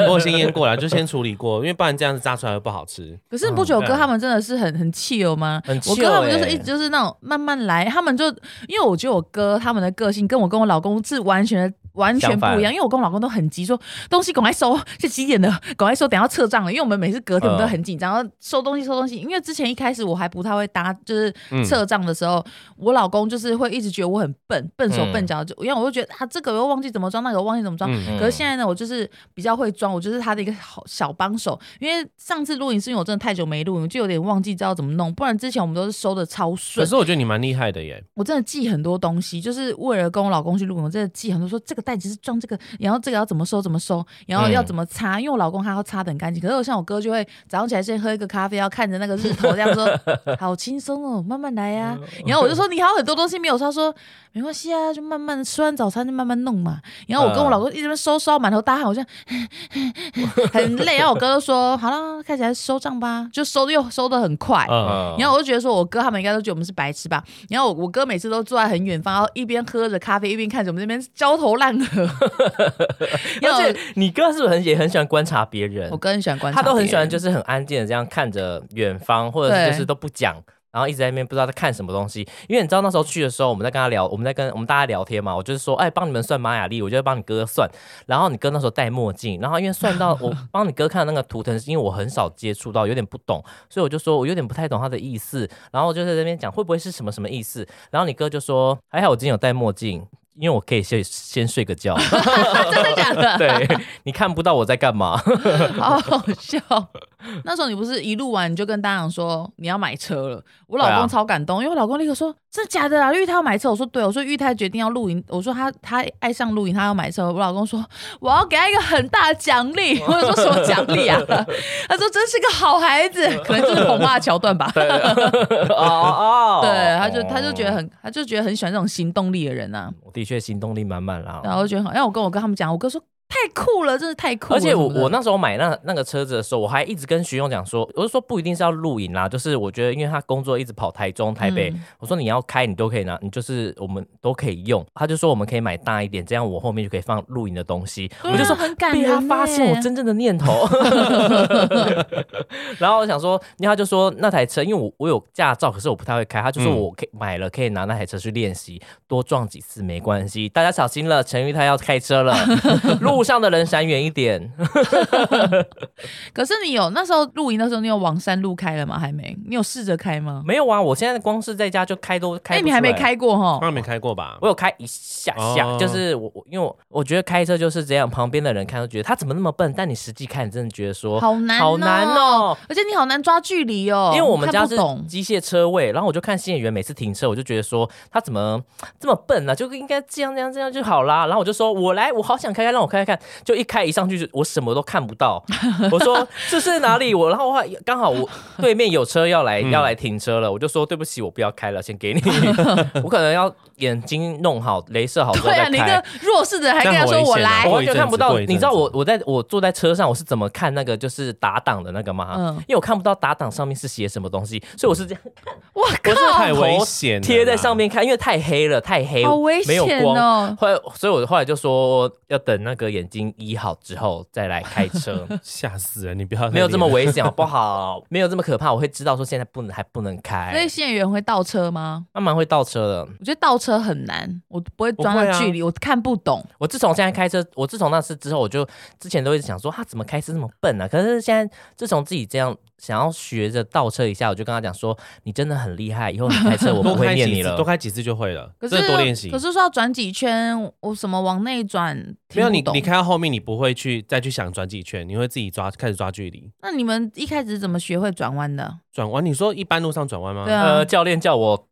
我有先腌过了，就先处理过，因为不然这样子炸出来会不好吃。可是你不觉得我哥对他们真的是很很气哦吗？嗯啊很我 chill 哥他们就是欸一直就是那种慢慢来，他们就因为我觉得我哥他们的个性跟我跟我老公是完全完全相不反嗯一样，因为我跟我老公都很急，说东西赶快收，是几点了，赶快收，等一下要撤账了。因为我们每次隔天我们都很紧张，然后收东西收东西。因为之前一开始我还不太会搭，就是嗯撤账的时候，我老公就是会一直觉得我很笨，笨手嗯笨脚，就因为我就觉得啊这个又忘记怎么装，那个又忘记怎么装，嗯，可是现在呢，我就是比较会装，我就是他的一个好小帮手。因为上次录影是因为我真的太久没录影，就有点忘记知道怎么弄，不然之前我们都是收的超可顺。是我觉得你蛮厉害的耶。我真的记很多东西，就是为了跟我老公去录影，我真的记很多，说这个袋子是装这个，然后这个要怎么收怎么收，然后嗯要怎么擦，因为我老公他要擦的很干净。可是我像我哥就会早上起来先喝一个咖啡，要看着那个日头，这样说好轻松哦，慢慢来呀、然后我就说你还有很多东西没有收，他说没关系啊，就慢慢吃完早餐就慢慢弄嘛。然后我跟我老公一直在那边收收，满头大汗，我就 很累。然后我哥就说好了，看起来收账吧，就收的又收的很快。嗯，嗯然后我就觉得说，我哥他们应该都觉得我们是白痴吧。然后我我哥每次都坐在很远方，然后一边喝着咖啡，一边看着我们那边焦头烂 额。然后而且你哥是不是很也很喜欢观察别人我？哥很喜欢观察他别人，都很喜欢，就是很安静的这样看着远方，或者是就是都不讲，然后一直在那边不知道在看什么东西。因为你知道那时候去的时候，我们在跟他聊，我们在跟我们大家聊天嘛，我就是说，哎，帮你们算玛雅历，我就会帮你哥算。然后你哥那时候戴墨镜，然后因为算到 我帮你哥看那个图腾，是因为我很少接触到，有点不懂，所以我就说我有点不太懂他的意思。然后我就在那边讲会不会是什么什么意思，然后你哥就说，还好我今天有戴墨镜。因为我可以先先睡个觉， 真的假的？对，你看不到我在干嘛。好好笑。那时候你不是一路玩你就跟大家讲说你要买车了，我对老啊公超感动，因为我老公立刻说真的假的啊啦，玉泰要买车，我说对，我说玉泰决定要露营，我说他他爱上露营，他要买车，我老公说我要给他一个很大的奖励， 我说什么奖励啊？ 他说真是个好孩子，可能就是童话桥段吧。对，哦哦，哦哦他就他就觉得很他就觉得很喜欢这种行动力的人啊，嗯我的确行动力满满啦。然后我就觉得很，哎因为我跟我哥他们讲，我哥说太酷了，真是太酷了而什且么我的，我那时候买那那个车子的时候，我还一直跟徐勇讲说，我就说不一定是要露营啦，就是我觉得因为他工作一直跑台中、台北，嗯我说你要开你都可以拿，你就是我们都可以用。他就说我们可以买大一点，这样我后面就可以放露营的东西。对啊我就说很感被人他发现我欸真正的念头。 然后我想说，因为他就说那台车，因为我我有驾照，可是我不太会开，他就说嗯我可以买了可以拿那 台车去练习，多撞几次没关系。大家小心了，陈玉他要开车了，露路上的人闪远一点。可是你有那时候露营的时候，你有往山路开了吗？还没，你有试着开吗？没有啊，我现在光是在家就开都开。哎，你还没？开过当哈？然没开过吧？我有开一下下，哦就是我我因为我我觉得开车就是这样，旁边的人看都觉得他怎么那么笨，但你实际看，你真的觉得说好难，好难。哦。而且你好难抓距离哦，因为我们家看是不懂。机械车位，然后我就看新演员每次停车，我就觉得说他怎么 这么笨呢、啊？就应该这样这样这样就好啦。然后我就说我来，我好想开开，让我开开看。就一开一上去，就我什么都看 不到。我说这是哪里？我然后我刚好我对面有车嗯要来要来停车了，我就说对不起，我不要开了，先 给你。我可能要眼睛弄好，镭射好之后对再啊，开。你一个哎弱势的人还跟他这说样好我危险哦来，我过完一全阵子看不到。过一你阵知道子我我在我坐在车上，我是怎么看那个就是打档的那个吗？嗯因为我看不到打档上面是写什么东西，所以我是这样我我是太头危险了贴在上啦面看，因为太黑了，太黑，靠，好危哎没有险光。哦。后来，所以我后来就说要等那个眼睛医好之后再来开 车，吓死人！你不要没有这么危。危险好不好？没有这么可怕，我会知道说现在不能还不能所以开。新演员会倒车吗？慢慢会倒车的。我觉得倒车很难，我不会抓不会那啊距离，我看不懂。我自从现在开车，我自从那次之后，我就之前都一直想说他怎么开车这么笨啊？可是现在自从自己这样想要学着倒车一下，我就跟他讲说，你真的很厉害，以后你开车我多不开会念几你次， 了多。开几次就会了。可真是的多练习可。是说要转几圈，我什么往内转，没听有不你，懂你开到后面，你不会去再去想转几圈，你会自己抓开始抓距离。那你们一开始怎么学会转弯的？转弯，你说一般路上转弯吗？对啊，呃，教练叫我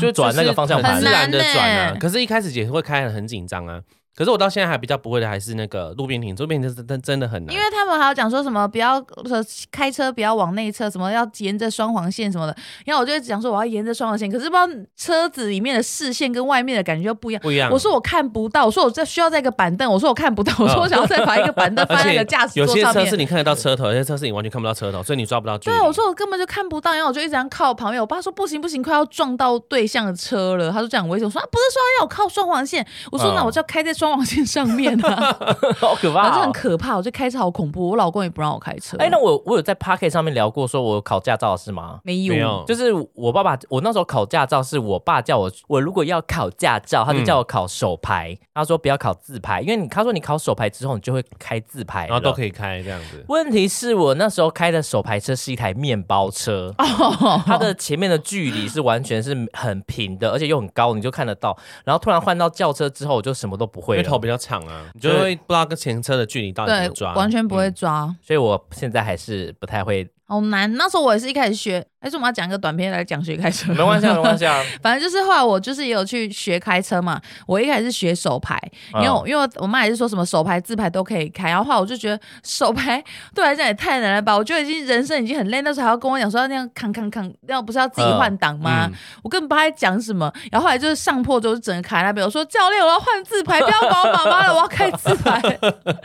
就转那个方向就是很盘自然的很难转啊欸。可是，一开始也会开得很紧张啊。可是我到现在还比较不会的，还是那个路边停，路边停真真真的很难因。为他们还要讲说什么不要呃开车不要往内侧，什么要沿着双黄线什么的。然后我就一直讲说我要沿着双黄线，可是不知道车子里面的视线跟外面的感觉就不一样。不一样，我说我看不到，我说我在需要在一个板凳，我说我看不到，我说我想要再把一个板凳而放在且那个驾驶有座些上车是面。你看得到车头，有些车是你完全看不到车头，所以你抓不到距离。对，我说我根本就看不到，然后我就一直这样靠旁边。我爸说不行不行，快要撞到对向的车了。他说这样很危险。我说、啊、不是说要让我靠双黄线，我说嗯那我就要开在双黄线上面 啊， 好可怕、反正哦很。可怕。我就开车好恐怖，我老公也不让我开车。哎、那我我有在 p o c k e t 上面聊过，说我有考驾照是吗？没没 有，就是我爸爸，我那时候考驾照是我爸叫我，我如果要考驾照，他就嗯叫我考手牌，他说不要考自牌，因为你他说你考手牌之后，你就会开自牌，然后啊都以。可以开这样子。问题是我那时候开的手牌车是一台面包车，啊它的前面的距离是完全是很平的，而且又很高，你就看得到。然后突然换到轿车之后，我就什么都不因会为了。头比较长啊，你就会不知道跟前车的距离到底怎么对抓，，完全不嗯会抓。所以我现在还是不太会，好难，那时候我也是一开始学，还是我们要讲一个短片来讲学开车？没关系啊，没关系啊。反正就是后来我就是也有去学开车嘛，我一开始是学手牌，因为我、因为我妈也是说什么手牌、自牌都可以开，然后后来我就觉得手牌对我来讲也太难了吧，我就已经人生已经很累，那时候还要跟我讲说要那样扛扛扛，那不是要自己换挡吗？嗯我根本不知道他在讲什么，然后后来就是上坡之后就整个卡在那边，我说教练我要换自牌，不要管我妈妈了，我要开自牌。对啊，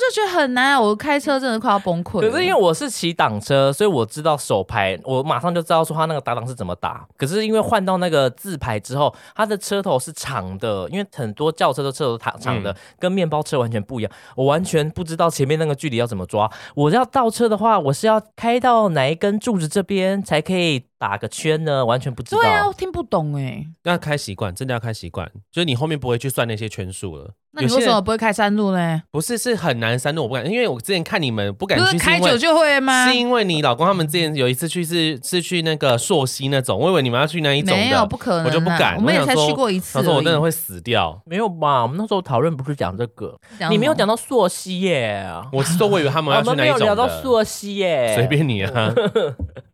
就觉得很难啊，我开车真的快要崩溃了。可是因为我是骑挡车，所以我知道手牌，我马上就知道说他那个打档是怎么打。可是因为换到那个自牌之后，它的车头是长的，因为很多轿车的车头长长的，跟面包车完全不一样。我完全不知道前面那个距离要怎么抓。我要倒车的话，我是要开到哪一根柱子这边才可以打个圈呢？完全不知道。对啊，我听不懂哎、要开习惯，真的要开习惯，就是你后面不会去算那些圈数了。那你有为些什么人不会开山路呢？不是是很难山路？我不敢，因为我之前看你们不敢不去，是开因为久就会吗是？因为你老公他们之前有一次去是是去那个朔溪那种，我以为你们要去那一种的，没有，不可能啊，我就不敢。我们也才想说去过一次想而已。说我真的会死掉。没有吧？我们那时候讨论不是讲这个，讲你没有什么讲，到溯溪耶，我是说，我以为他们要我去们那哦没一有种的聊到哎溯溪耶，随便你 啊。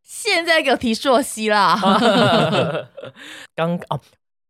现在给我提朔溪啦。 刚哦，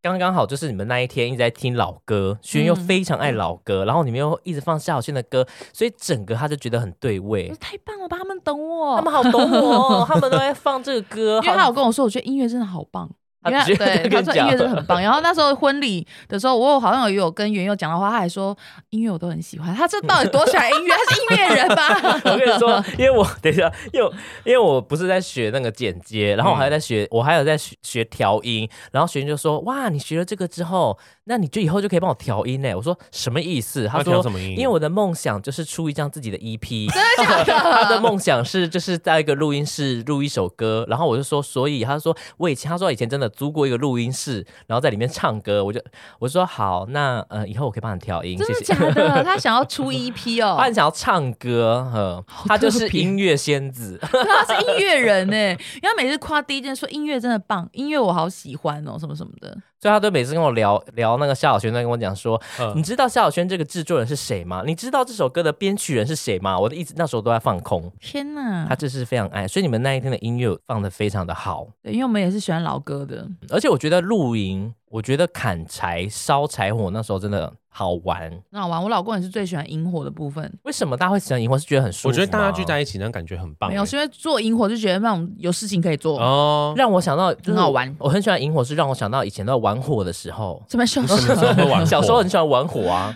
刚刚好就是你们那一天一直在听老歌，学员又嗯非常爱老歌，然后你们又一直放夏小轩的歌，所以整个他就觉得很对味。 太棒了吧，他们懂我。他们好懂我哦，他们都在放这个歌，哦 因为他好有跟我说，我觉得音乐真的好棒。他因为他觉得对跟他你说音乐讲真的很棒。然后那时候婚礼的时候，我好像有有跟袁佑讲的话，他还说音乐我都很喜欢。他这到底多喜欢音乐？他是音乐人吧？ 我跟你说，因为我等一下，因为我因为我不是在学那个剪接，然后我还在学，我还有在学学调音，然后学员就说：“哇，你学了这个之后，那你就以后就可以帮我调音呢。我说什么意思？他要调说什么音因为我的梦想就是出一张自己的 E EP。 真的假 他的的？梦想是就是在一个录音室录一首歌，然后我就说，所以他说我以前他说以前真的租过一个录音室，然后在里面唱歌，我就我就说好，那呃以后我可以帮你调音，真谢的谢假。的？他想要出 EP 他哦很，想要唱歌，呃，他就是音乐仙子，啊他是音乐人呢。然后每次夸第一件说音乐真的棒，音乐我好喜欢哦，什么什么的。所以他都每次跟我聊聊那个萧亚轩，在跟我讲说，嗯你知道萧亚轩这个制作人是谁吗？你知道这首歌的编曲人是谁吗？我的一直那时候都在放空，天哪他！这是非常爱，所以你们那一天的音乐放的非常的好。对，因为我们也是喜欢老歌的，而且我觉得露营，我觉得砍柴、烧柴火那时候真的好玩。那好玩。我老公也是最喜欢萤火的部分，为什么大家会喜欢萤火？是觉得很舒服我吗？觉得大家聚在一起那感觉很棒欸。没有是因为做萤火就觉得那种有事情可以做，哦，让我想到就是很好玩我很喜欢萤火，是让我想到以前在玩火的时 候。什么小什么时候会玩火？小时候很喜欢玩火啊，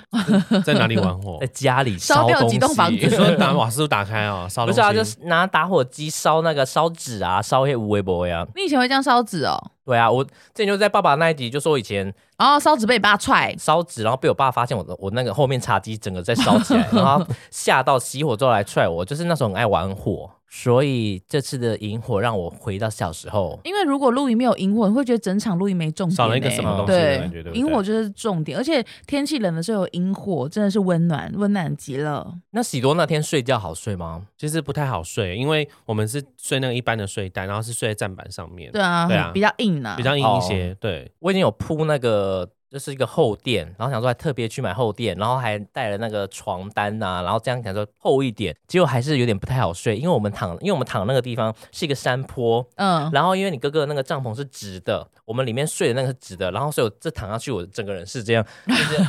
在哪里玩 火在？家里烧掉东几栋西房你子说打瓦斯炉打开啊，烧不东是啊，西，就是拿打火机烧那个烧纸啊，烧一些无微博呀。你以前会这样烧纸哦？啊对啊，我之前就在爸爸那一集就说，我以前然后烧纸被你爸踹，烧纸，然后被我爸发现我的我那个后面茶几整个在烧起来，然后他吓到熄火之后来踹我，就是那时候很爱玩火，所以这次的萤火让我回到小时候。因为如果露营没有萤火，你会觉得整场露营没重点、欸，少了一个什么东西的感觉，对不对，对？萤火就是重点，而且天气冷的时候有萤火，真的是温暖，温暖极了。那喜多那天睡觉好睡吗？其实不太好睡，因为我们是睡那个一般的睡袋，然后是睡在站板上面，对啊，对啊比较硬啊，比较硬一些。哦对，我已经有铺那个。就是一个厚垫，然后想说还特别去买厚垫，然后还带了那个床单呐、然后这样想说厚一点，结果还是有点不太好睡，因为我们躺，因为我们躺那个地方是一个山坡，嗯，然后因为你哥哥的那个帐篷是直的，我们里面睡的那个是直的，然后所以我这躺下去，我整个人是这样，就是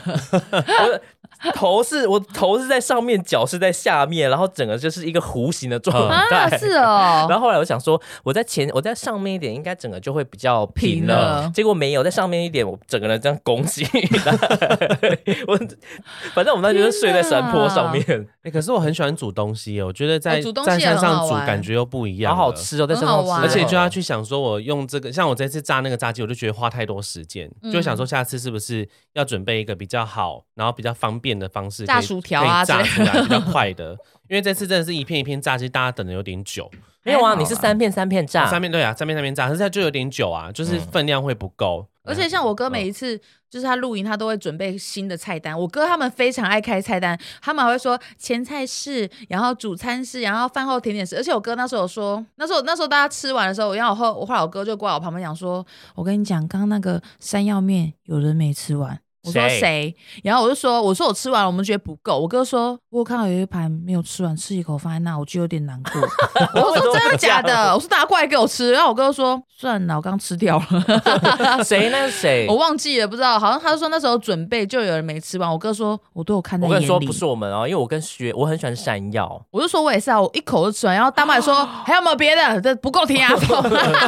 我的头是我头是在上面，脚是在下面，然后整个就是一个弧形的状态。啊，是 哦，然后后来我想说，我在前我在上面一点，应该整个就会比较平平了。了结果没有，在上面一点，我整个人这样拱起来。 我反正我们那就是睡在山坡上面，哎，可是我很喜欢煮东西耶，我觉得在哦煮东西在也山很好上煮玩感觉又不一样，好好。吃哦，在山很好上吃，玩而且就要去想说，我用这个，像我这次炸那个炸鸡，我就觉得花太多时间，就想说嗯下次是不是要准备一个比较好，然后比较方便的方式，炸可以薯条啊可以炸之出来比较快的。因为这次真的是一片一片炸鸡，大家等的有点久，没有还啊，好你是三片三片炸，三面对啊，三面三面炸，可是它就有点久啊，嗯就是分量会不够。而且像我哥每一次就是他露营，他都会准备新的菜单。我哥他们非常爱开菜单，他们还会说前菜是，然后主餐是，然后饭后甜点是。而且我哥那时候有说，那时候那时候大家吃完的时候，然后我后我后来我哥就过来我旁边讲说，我跟你讲，刚刚那个山药面有人没吃完。我说谁谁？然后我就说，我说我吃完了，我们觉得不够。我哥说，我有看到有一盘没有吃完，吃一口放在那，我就有点 难过。我说真的假的？我说大家过来给我吃。然后我哥说，算了，我刚吃掉了。 谁那是谁？我忘记了，不知道，好像他说那时候准备就有人没吃完，我哥说我都有看在我眼跟里。你说，不是我们哦，因为我跟学，我很喜欢山药，我就说我也是啊，我一口就吃完，然后大麦 说还有没有别的？这不够啊填 牙缝。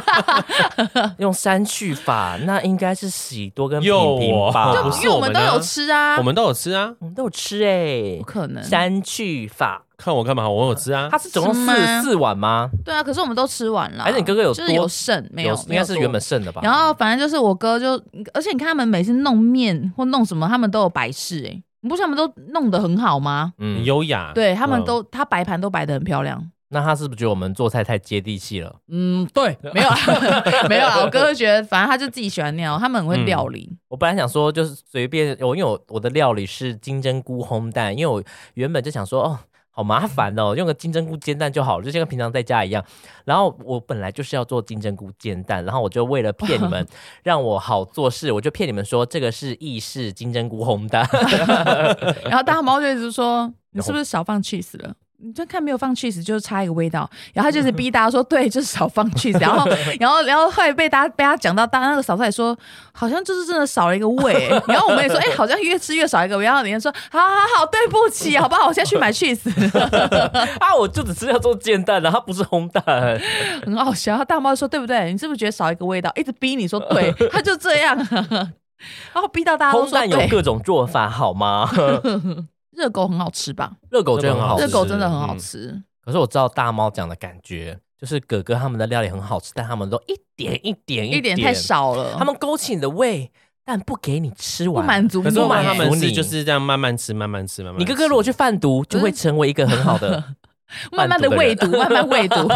啊用山去法，那应该是喜多跟平诱平我吧？就我不是因为我我们们都啊有吃啊，我们都有吃啊，们都有吃哎不，可能。山去法，看我干嘛？我有吃啊它。是总共是吗四四碗吗？对啊，可是我们都吃完了。还是你哥哥有就多是有剩没有？应该是没有多原本。剩的吧？然后反正就是我哥就，而且你看他们每次弄面或弄什么，他们都有摆饰哎，你不是他们都弄得很好吗？很嗯，优雅，对他们嗯都，他摆盘都摆得很漂亮。那他是不是觉得我们做菜太接地气了？嗯，对，没有 啦，没有啦。我哥就觉得，反正他就自己喜欢那样，他们很会料理。我本来想说就是随便，我因为我我的料理是金针菇烘蛋，因为我原本就想说哦。好麻烦哦，用个金针菇煎蛋就好了，就像平常在家一样。然后我本来就是要做金针菇煎蛋，然后我就为了骗 你们，让我好做事，我就骗你们说这个是意式金针菇烘 蛋。然后大猫就一直说：“你是不是少放 cheese 了？”你就看没有放 cheese，就是差一个味道。然后他就是逼大家说：“对，就是少放 cheese。”然后， 然后，然后后来被大家被他讲到，大家那个嫂子也说：“好像就是真的少了一个味、然后我们也说：“哎、好像越吃越少一个味。”然后你就说：“好好好，对不起，好不好？我现在去买 cheese。 啊，我就只是要做煎蛋的，它不是烘啊蛋。”很好笑。然后大猫就说：“对不对？你是不是觉得少一个味道？”一直逼你说：“对。”他就这样、 然后逼到大家都烘说：“蛋有对。各种做法，好吗？ 热狗很好吃吧？热狗真的很好好吃，嗯吃热狗真的很好吃。可是我知道大猫讲的感觉，就是哥哥他们的料理很好吃，但他们都一点一点一点太。少了。他们勾起你的胃，但不给你吃啊不完，满足可你，是我看他满足们是你就是这样慢慢吃，慢慢吃，慢慢吃。你哥哥如果去贩毒，就会成为一个很好的 慢慢的贩毒的喂人毒，慢慢喂毒，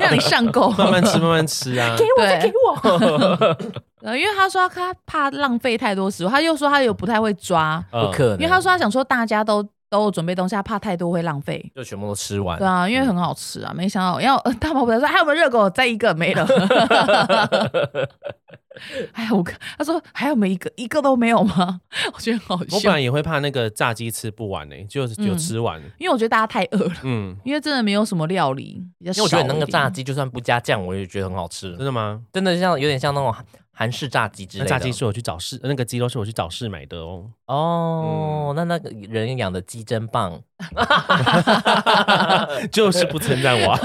让你上钩。慢慢吃，慢慢吃 啊！ 我再给我。呃，因为他说他怕浪费太多食物，他又说他又不太会抓，嗯不可能，因为他说他想说大家都都有准备东西，他怕太多会浪费。就全部都吃完对。啊，因为很好吃啊，没想到要呃大毛不来说还有没有热狗，再一个没了。还有五个，他说还有没有一个，一个都没有吗？ 我觉得很好我本笑，来也会怕那个炸鸡吃不完呢、欸就是有嗯吃完，因为我觉得大家太饿了，嗯，因为真的没有什么料理，比较因为我觉得那个炸鸡鸡就算不加酱，我也觉得很好吃真，的吗？真的像有点像那种韩式炸鸡之那类的。炸鸡是我去早市，那个鸡肉是我去早市买的哦。 哦，那那个人养的鸡真棒，就是不称赞我啊，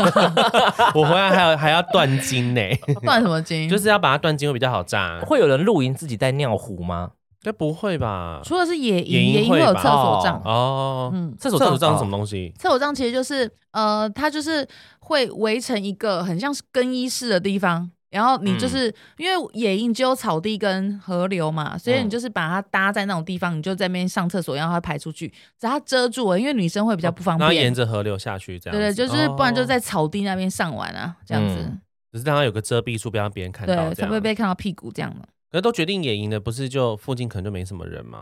我回来还要还要断筋呢、欸 断什么筋，就就是是要把它断筋会比较好炸。会有人露营自己带尿壶吗？该不会吧？除了是野野营，营野营会会有吧厕所帐，哦，嗯，厕厕所所帐帐篷是什么？东西？厕所帐其实就是呃，它就是会围成一个很像是更衣室的地方。然后嗯你就是、因为野营只有草地跟河流嘛，所以嗯你就是把它搭在那种地方，你就在那边上厕所，然后它排出去，只是它遮住了，因为女生会比较不方哦然后便。沿着河流下去这样对子。对，就是不然就在哦草地那边上完啊，这样子，嗯只是让它有个遮蔽处，不要让别人看到对，这才样不会。被看到屁股这样的。可是都决定野营的，不是就附近可能就没什么人吗？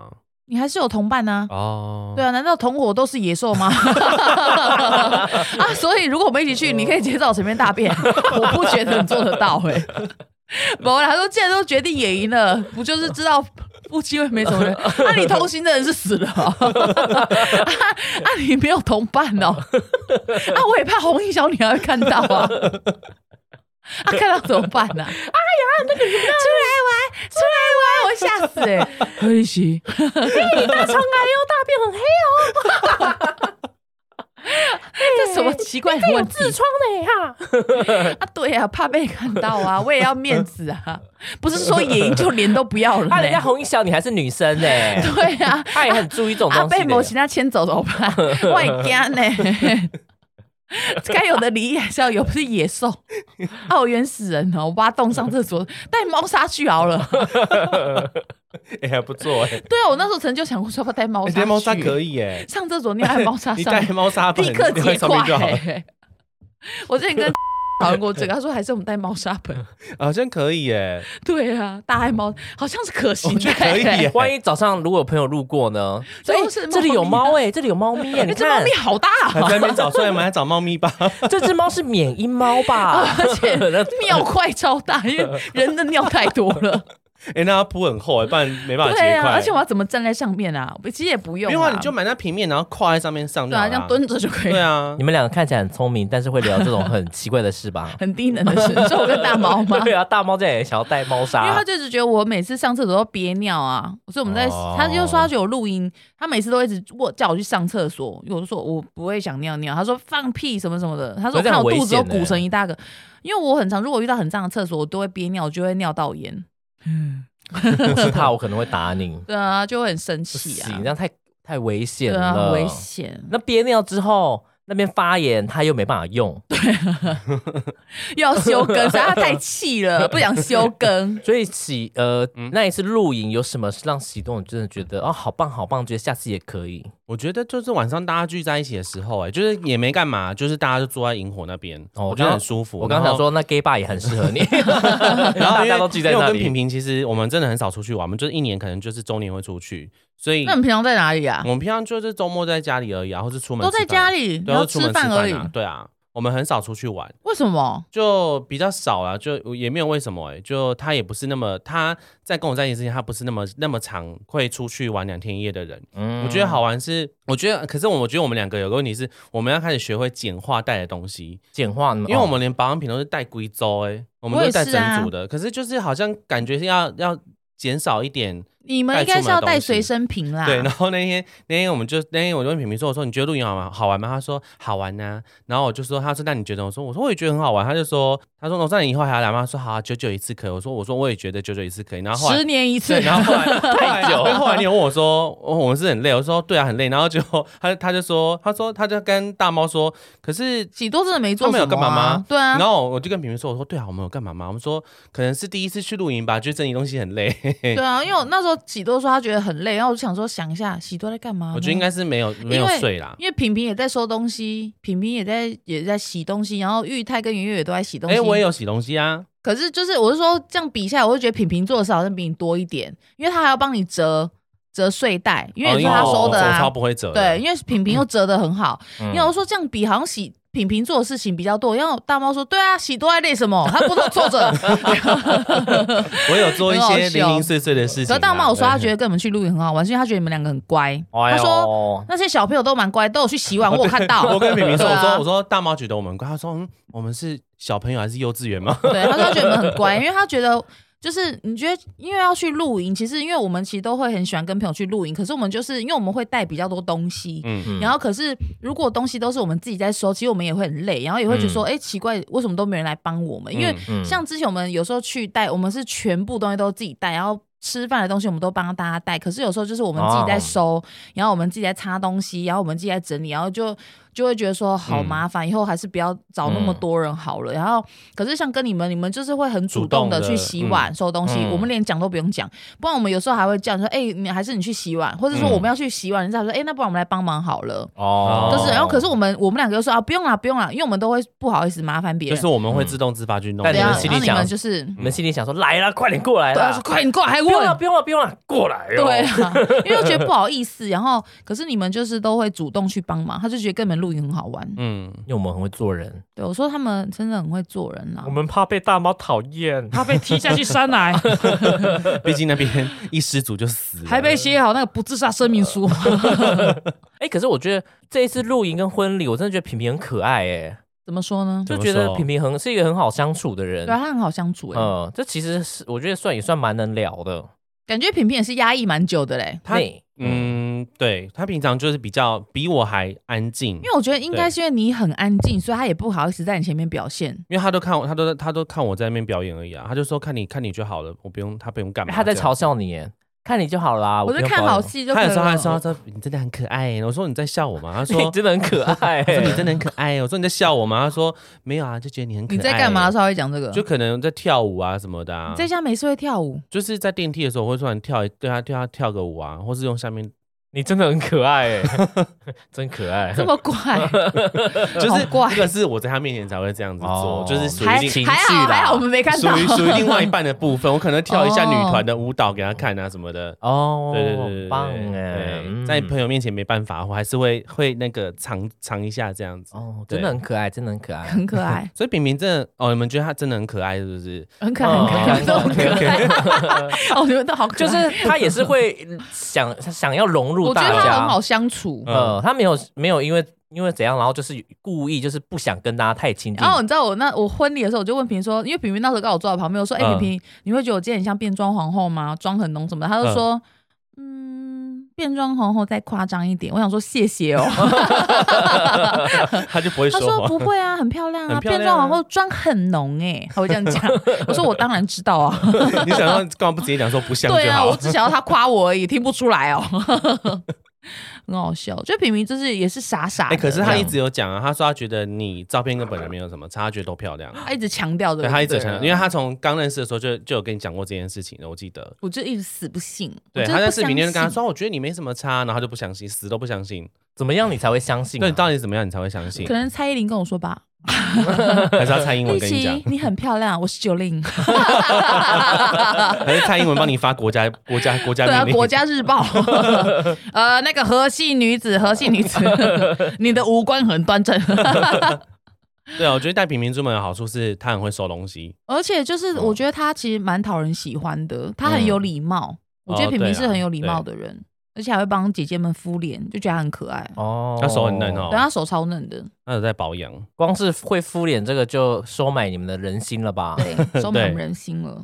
你还是有同伴啊，哦，对啊，难道同伙都是野兽吗？ 啊，所以如果我们一起去，你可以直接在我前面大 便，我不觉得你做得到哎、欸。某人他说，既然都决定野营了，不就是知道不机会没什么人？啊，你同行的人是死了哦、啊，啊，你没有同伴哦，啊，我也怕红衣小女孩会看到啊。啊，看到怎么办呢、啊？哎呀，出来玩，出来玩，我吓死哎、欸！何立希，这什么奇怪的问题？痔疮的呀！啊，对呀、啊，怕被看到啊， 我也要面子啊，不是说野营就脸都不 要了、 啊，人家欸。红衣小女还是女生呢， 对呀、她也很注意这种啊，东被西某的其他牵走怎 么办？我也惊呢。该有的礼仪还是要有，不是野兽， 啊，我原始人哦，我挖洞上厕所，带猫砂去好了。哎，还不 错哎，对啊，我那时候曾经就想过说要不要带猫你砂带去，猫砂可以 哎，上厕所尿在猫 砂你上带，猫砂盆 立刻你会结上块、面就好了，欸。 我之前跟讨论过这个，他说还是我们带猫砂盆。好像可以 哎，对啊，大爱猫好像是可行我的、觉得可以啊欸耶。万一早上如果有朋友路过 呢？所以哎是猫咪啊这里有猫 哎，这里有猫咪哎，哎你这猫看咪啊好大、还啊，在那边找，所以我们来找猫咪吧。这只猫是缅因猫吧？ 而且那尿块超大，因为人的尿太多 了。哎，那它铺很厚哎，不然没办法对结啊，块。而且我要怎么站在上面啊？我其实也不用、没啊，有啊，你就买那平面，然后跨在上面上就对好啊，了。这样蹲着就可以对了。？啊你，们两个看起来很聪明，但是会聊这种很奇怪的事吧 很低能的事，就我跟大猫嘛， 对啊，大猫这样也想要带猫因为砂他，就一直觉得我每次上厕所都憋尿啊，所以我们在、哦他就说他觉得我录音，他每次都一直我叫我去上厕所，我就说我不会想尿尿，他说放屁什么什么的，他说我可是这看很我肚子都危险欸鼓成一大个，因为我很常如果遇到很脏的厕所，我都会憋尿，我就会尿道炎， 我是怕我可能会打 你，对啊，就会很生不气行，啊这，样太太危险对啊，很了。危险，那憋尿之后，那边发炎，它又没办法用，又要休更，所以他太 气了，不想休更。所以喜呃、嗯那一次露营有什么是让喜东真的觉得哦好棒好棒，觉得下次也可以？我觉得就是晚上大家聚在一起的时候、哎，就是也没干嘛，就是大家就坐在萤火那边，哦我觉得刚很舒服。我刚刚想，说那 gay bar 也很适合你， 然后大因为家都聚在因为我那跟平里。平其实我们真的很少出去玩，我们就是一年可能就是周年会出去，所以那你平常在哪里啊我？们平常就是周末在家里而已、啊，或是出门都在吃饭家，里，对，然或后是出吃门饭吃而已啊，，对啊，我们很少出去玩。为什么？就比较少啦，就也没有为什么哎、就他也不是那么他在跟我在一起之前，他不是那么那么常会出去玩两天一夜的人，嗯我觉得好玩是，我觉得，可是我我觉得我们两个有个问题是，我们要开始学会简化带的东西，简化，哦因因为我们连保养品都是带硅州哎，我们哦我都也带是啊整组的，可是就是好像感觉是要要减少一点，你们应该是要带随身瓶啦。对。然后那天那天我们就那天我就问品平说，我说你觉啊得露营好玩好玩吗？他说好玩呐、然后我就说，他说那你觉得？我说我说我也觉得很好玩。他就说他说：“我知道你以后还要来吗？”他说：“好、啊，久久一次可以。”我说：“我说我也觉得久久一次可以。”然后后来十年一次对，，然后后来太久了后来你有问我说，哦我们是很累，我说对啊，很累。然后就他他就说，他说他就跟大猫说，可是。喜多真的没做他什么、们啊，有干嘛吗对啊然，后我就跟平平说：“我说对啊，我们有干嘛吗？我们说可能是第一次去露营吧，觉得整理东西很累。对啊，因为我那时候喜多说他觉得很累，然后我就想说想一下喜多在干嘛呢？我觉得应该是没啊有没有睡啦。哦因为平平也在收东西，平平也在也在洗东西，然后玉泰跟圆圆也都在洗东西。哎，我也有洗东西啊，可是就是我是说这样比下来，我会觉得平平做的事好像比你多一点，因为他还要帮你折折睡袋，因为哦也是他收的我啊。超不会折的。对，因为平平又折的很好，嗯因为我说这样比好像洗。平平做的事情比较多，然后大猫说：“对啊，喜多在累什么？他不都坐着？”我有做一很好些零笑零碎碎的事情啊。可是大猫我说他觉得得跟我们去露营很好玩，是因为他觉得你们两个很乖。哎他说呦，那些小朋友都蛮乖，都有去洗碗，我有看到。我跟平 平说，我对啊说我说大猫觉得我们乖，他说嗯，我们是小朋友还是幼稚 园吗？对，他说他觉得你们很乖，因为他觉得就是你觉得，因为要去露营，其实因为我们其实都会很喜欢跟朋友去露营，可是我们就是因为我们会带比较多东西。嗯，嗯然后，可是如果东西都是我们自己在收，其实我们也会很累，然后也会觉得说，哎、奇怪，为什么都没人来帮我们？因为嗯像之前我们有时候去带，我们是全部东西都自己带，然后吃饭的东西我们都帮大家带。可是有时候就是我们自己哦在收，然后我们自己在擦东西，然后我们自己在整理，然后就就会觉得说嗯好麻烦，以后还是不要找那么多人好了。然后可是像跟你们，你们就是会很主动的主动地去洗碗、收东西，嗯我们连讲都不用讲。不然我们有时候还会叫你说，哎、你还是你去洗碗，或者说嗯我们要去洗碗，人家还说，哎、那不然我们来帮忙好了。哦，就是，然后可是我们我们两个就说啊，不用啦，不用啦，因为我们都会不好意思麻烦别就人。是我们会自动自发去弄。但对你啊们，然心里后你想们就是你们心里想说来啦，快点过来对啊，啦说，快你过来还不用了，问。不用了，不用了，过来哦，对啊， 因为觉得不好意思，然后可是你们就是都会主动去帮忙，他就觉得跟你们露营很好玩。嗯，因为我们很会做人，对我说他们真的很会做人啊啦、们怕被大猫讨厌，他被踢下去山来，毕竟那边一失足就死了，还没写好那个不自杀声明书。哎，可是我觉得这一次露营跟婚礼，我真的觉得平平很可爱，哎， 怎么说呢？就怎么觉得说平平很是一个很好相处的人对。啊，他很好相处哎、嗯，这其实是我觉得算也算蛮能聊的。感觉平平也是压抑蛮久的嘞。他内嗯，嗯，对他平常就是比较比我还安静，因因为我觉得应该是因为你很安静，所以他也不好意思在你前面表现。为他都看我，他都他都看我在那边表演而已啊，他就说看你看你就好了，我不用他不用干嘛。他在这样嘲，笑你耶，看你就好啦。我啊不在用看保好养，戏就可哦他以有时候他了。说他说你真的很可爱欸耶，我说你在笑我吗？ 他你说。真的很可爱他说你耶。真的很可爱欸耶，我说你在笑我吗？他说没有啊，就觉得你很可爱。你在干嘛？？稍微讲这个。哎就可能在跳舞啊什么的、啊你。在家没事会跳舞，就是在电梯的时候，我会突然跳一，对他对他跳个舞啊，或是用下 面，你真的很可爱 耶，真可爱。这么怪，就是怪这个是我在他面前才会这样子做，哦就是属还于另还情绪好啦还好我们没看属到。于属于另外一半的部分，我可能跳一下哦女团的舞蹈给他看啊什么的。哦，对对对对对，棒欸哎对，嗯在朋友面前没办法，我还是会会那个尝尝一下这样子。哦，对真的很可爱，真的很可爱。 很可爱，所以饼饼真的哦，你们觉得他真嗯的很可爱是不 是？很可爱，很可爱，哦都很可爱。哦，你们都好可爱， 就是他也是会想想要融入我觉大得他很家好，相处。嗯呃，他没有没有因为因为怎样，然后就是故意就是不想跟大家太亲近然，后你知道我那我婚礼的时候，我就问平平说，因为平平那时候刚好坐在我旁边，我说：“哎、嗯平平，你会觉得我今天很像变装皇后吗？妆很浓什么的？”他就说：“嗯，变装皇后再夸张一点。”我想说谢谢 哦，他就不会他说说谎。不会啊，很漂亮啊，很漂亮啊变装皇后妆很浓哎、他会这样讲。我说我当然知道啊， 你想要干嘛不直接讲说不像对就啊，好我？只想要他夸我而已，听不出来哦。 很好笑，就平平就是也是傻傻的哎，这样，可是他一直有讲啊，他说他觉得你照片跟本人没有什么差，他觉得都漂亮。他一直强调对的，他一直对啊想，因为他从刚认识的时候就就有跟你讲过这件事情的，我记得。我就一直死不信。对，我真他的在不视频里面就跟他相信说，哦我觉得你没什么差，然后他就不相信，死都不相信。怎么样你才会相信啊？那你到底怎么样你才会相信可？能蔡依林跟我说吧，啊还是要 蔡英文丽跟你讲 琪？，你很漂亮，我是 九零，还是蔡英文帮你发国家国家国家对啊，命令？国家 日报，呃，那个和系女子，和系女子， 你的五官很端正， 对啊，我觉得带平民出门的好处是他很会收东西，而且就是哦我觉得他其实蛮讨人喜欢的，他很有礼貌，我觉得嗯哦平平对啊是很有礼貌的人，而且还会帮姐姐们敷脸，就觉得他很可爱，哦，他手很嫩哦对他手超嫩的，他有在保养。光是会敷脸这个就收买你们的人心了吧？ 对，收买我们哦对人心了。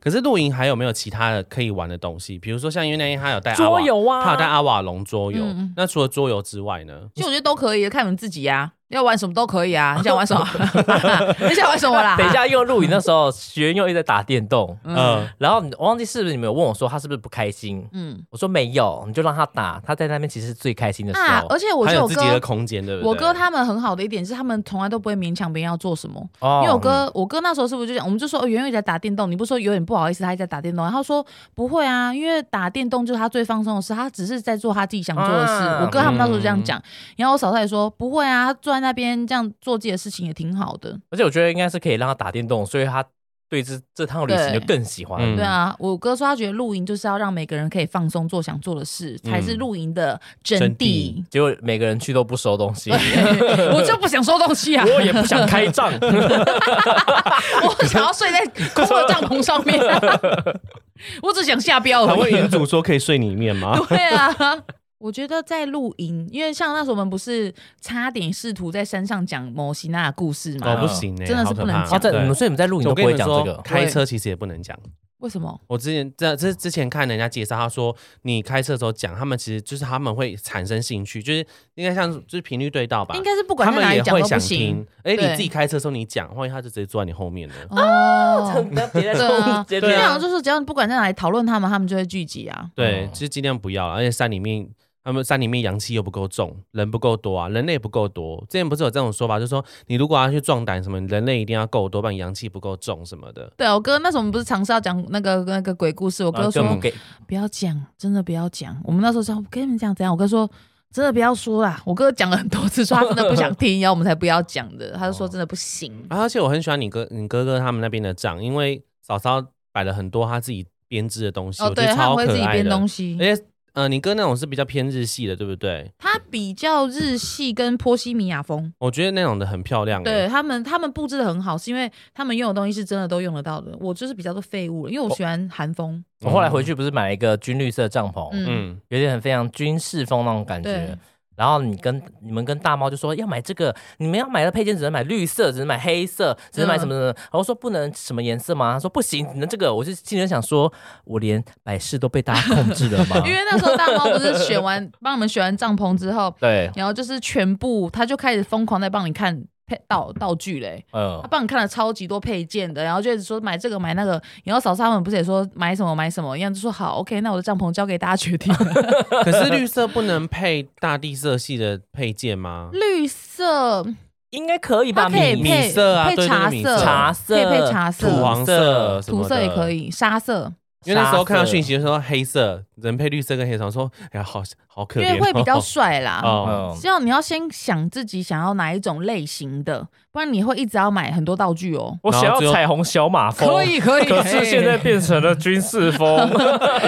可是露营还有没有其他的可以玩的东西？比如说像因为那天他有带阿瓦桌游啊他有带阿瓦隆桌游嗯嗯。那除了桌游之外呢？其实我觉得都可以，看你们自己呀、要玩什么都可以啊，你想 玩什么？你想玩什么啦？等一，下用录影那时候，学员又一直在打电动，嗯，然后你我忘记是不是你们有问我说他是不是不开心，嗯我说没有，你就让他打，他在那边其实是最开心的时啊候，。而且我他觉得有我自己的哥，空间，对不对？我哥他们很好的一点是，他们从来都不会勉强别人要做什么。哦因为我嗯哥，我哥那时候是不是就讲，我们就说哦，圆圆也在打电动，你不是说有点不好意思，他一直在打电动，然后说不会啊，因为打电动就是他最放松的事，他只是在做他自己想做的事。啊我哥他们那时候这嗯样讲，然后我嫂嫂也说不会啊，他坐在那边这样做自己的事情也挺好的。而且我觉得应该是可以让他打电动，所以他对这这趟旅行对就更喜欢。嗯对啊，我哥说他觉得露营就是要让每个人可以放松做想做的事，才是露营的真嗯真谛谛。结果每个人去都不 收东西，我就不想收 东西啊，我也不想开账。 我想要睡在 空的帐篷上面、啊 我只想下标还而问 已。银主说可以睡里面吗？ 对啊。我觉得在露营，因为像那时候我们不是差点试图在山上讲摩西娜的故事嘛？哦，不行欸，啊真的是好可不能怕讲哦，在对你们所以你们在录影我都不跟你会们讲这说，个。开车其实也不能讲。为什么？我之前这这之前看人家介绍，他说你开车的时候讲，他们其实就是他们会产生兴趣，就是应该像就是频率对到吧，应该是不管他在们哪里也讲会都想不行听。哎，你对自己开车的时候你讲，万一他就直接坐在你后面了。哦。对别 啊，因为对好啊像就是只要你不管在哪里讨论他们，他们就会聚集啊。对哦，其实尽量不要啦，而且山里面。他们山里面阳气又不够重，人不够多啊，人类不够多。之前不是有这种说法，就是说你如果要去壮胆什么，人类一定要够多，不然阳气不够重什么的。对，我哥那时候我们不是尝试要讲那个那个鬼故事，我我啊哥说、不给，不要讲，真的不要讲。我们那时候说，我跟你们讲怎样，我哥说真的不要说啦。我哥讲了很多次，说他真的不想听，然后我们才不要讲的。他就说真的不行。哦啊而且我很喜欢你哥、你哥哥他们那边的帐，因为嫂嫂摆了很多他自己编织的东西，哦，我觉对，得他超很可会自己爱编的。东西。而且，呃，你哥那种是比较偏日系的，对不对？他比较日系跟波西米亚风，我觉得那种的很漂亮、欸。对他们他们布置的很好，是因为他们用的东西是真的都用得到的。我就是比较多废物了，因为哦我喜欢韩风，我后来回去不是买了一个军绿色帐篷，嗯，嗯，有点很非常军事风那种感觉对。然后你跟你们跟大猫就说要买这个，你们要买的配件只能买绿色，只能买黑色，只能买什么嗯什么。然后说不能什么颜色吗？他说不行，只能这个。我就心里想说，我连百事都被大家控制了 ？吗啊因为那时候大猫不是选完帮我们选完帐篷之后， 对，然后就是全部他就开始疯狂在帮你看配道道具嘞、嗯哦他，帮你看了超级多配件的，然后就一直说买这个买那个，然后嫂嫂他们不是也说买什么买什么，一样就说好，OK，那我的帐篷交给大家决定。 可是绿色不能配大地色系的配件吗？绿色应该可以吧？它可以米米配米色啊配对茶对米色，色茶色可以配茶色，土黄色、什么土的色也可。以，沙色，因为那时候看到讯息就说黑色，人配绿色跟黑色，我说哎呀，好好可因怜哦、为会比较帅啦。哦。嗯只要你要先想自己想要哪一种类型的，不然你会一直要买很多道具哦。我想然后最要后彩虹小马哦风，可以可以，哎可是现在变成了军事 风。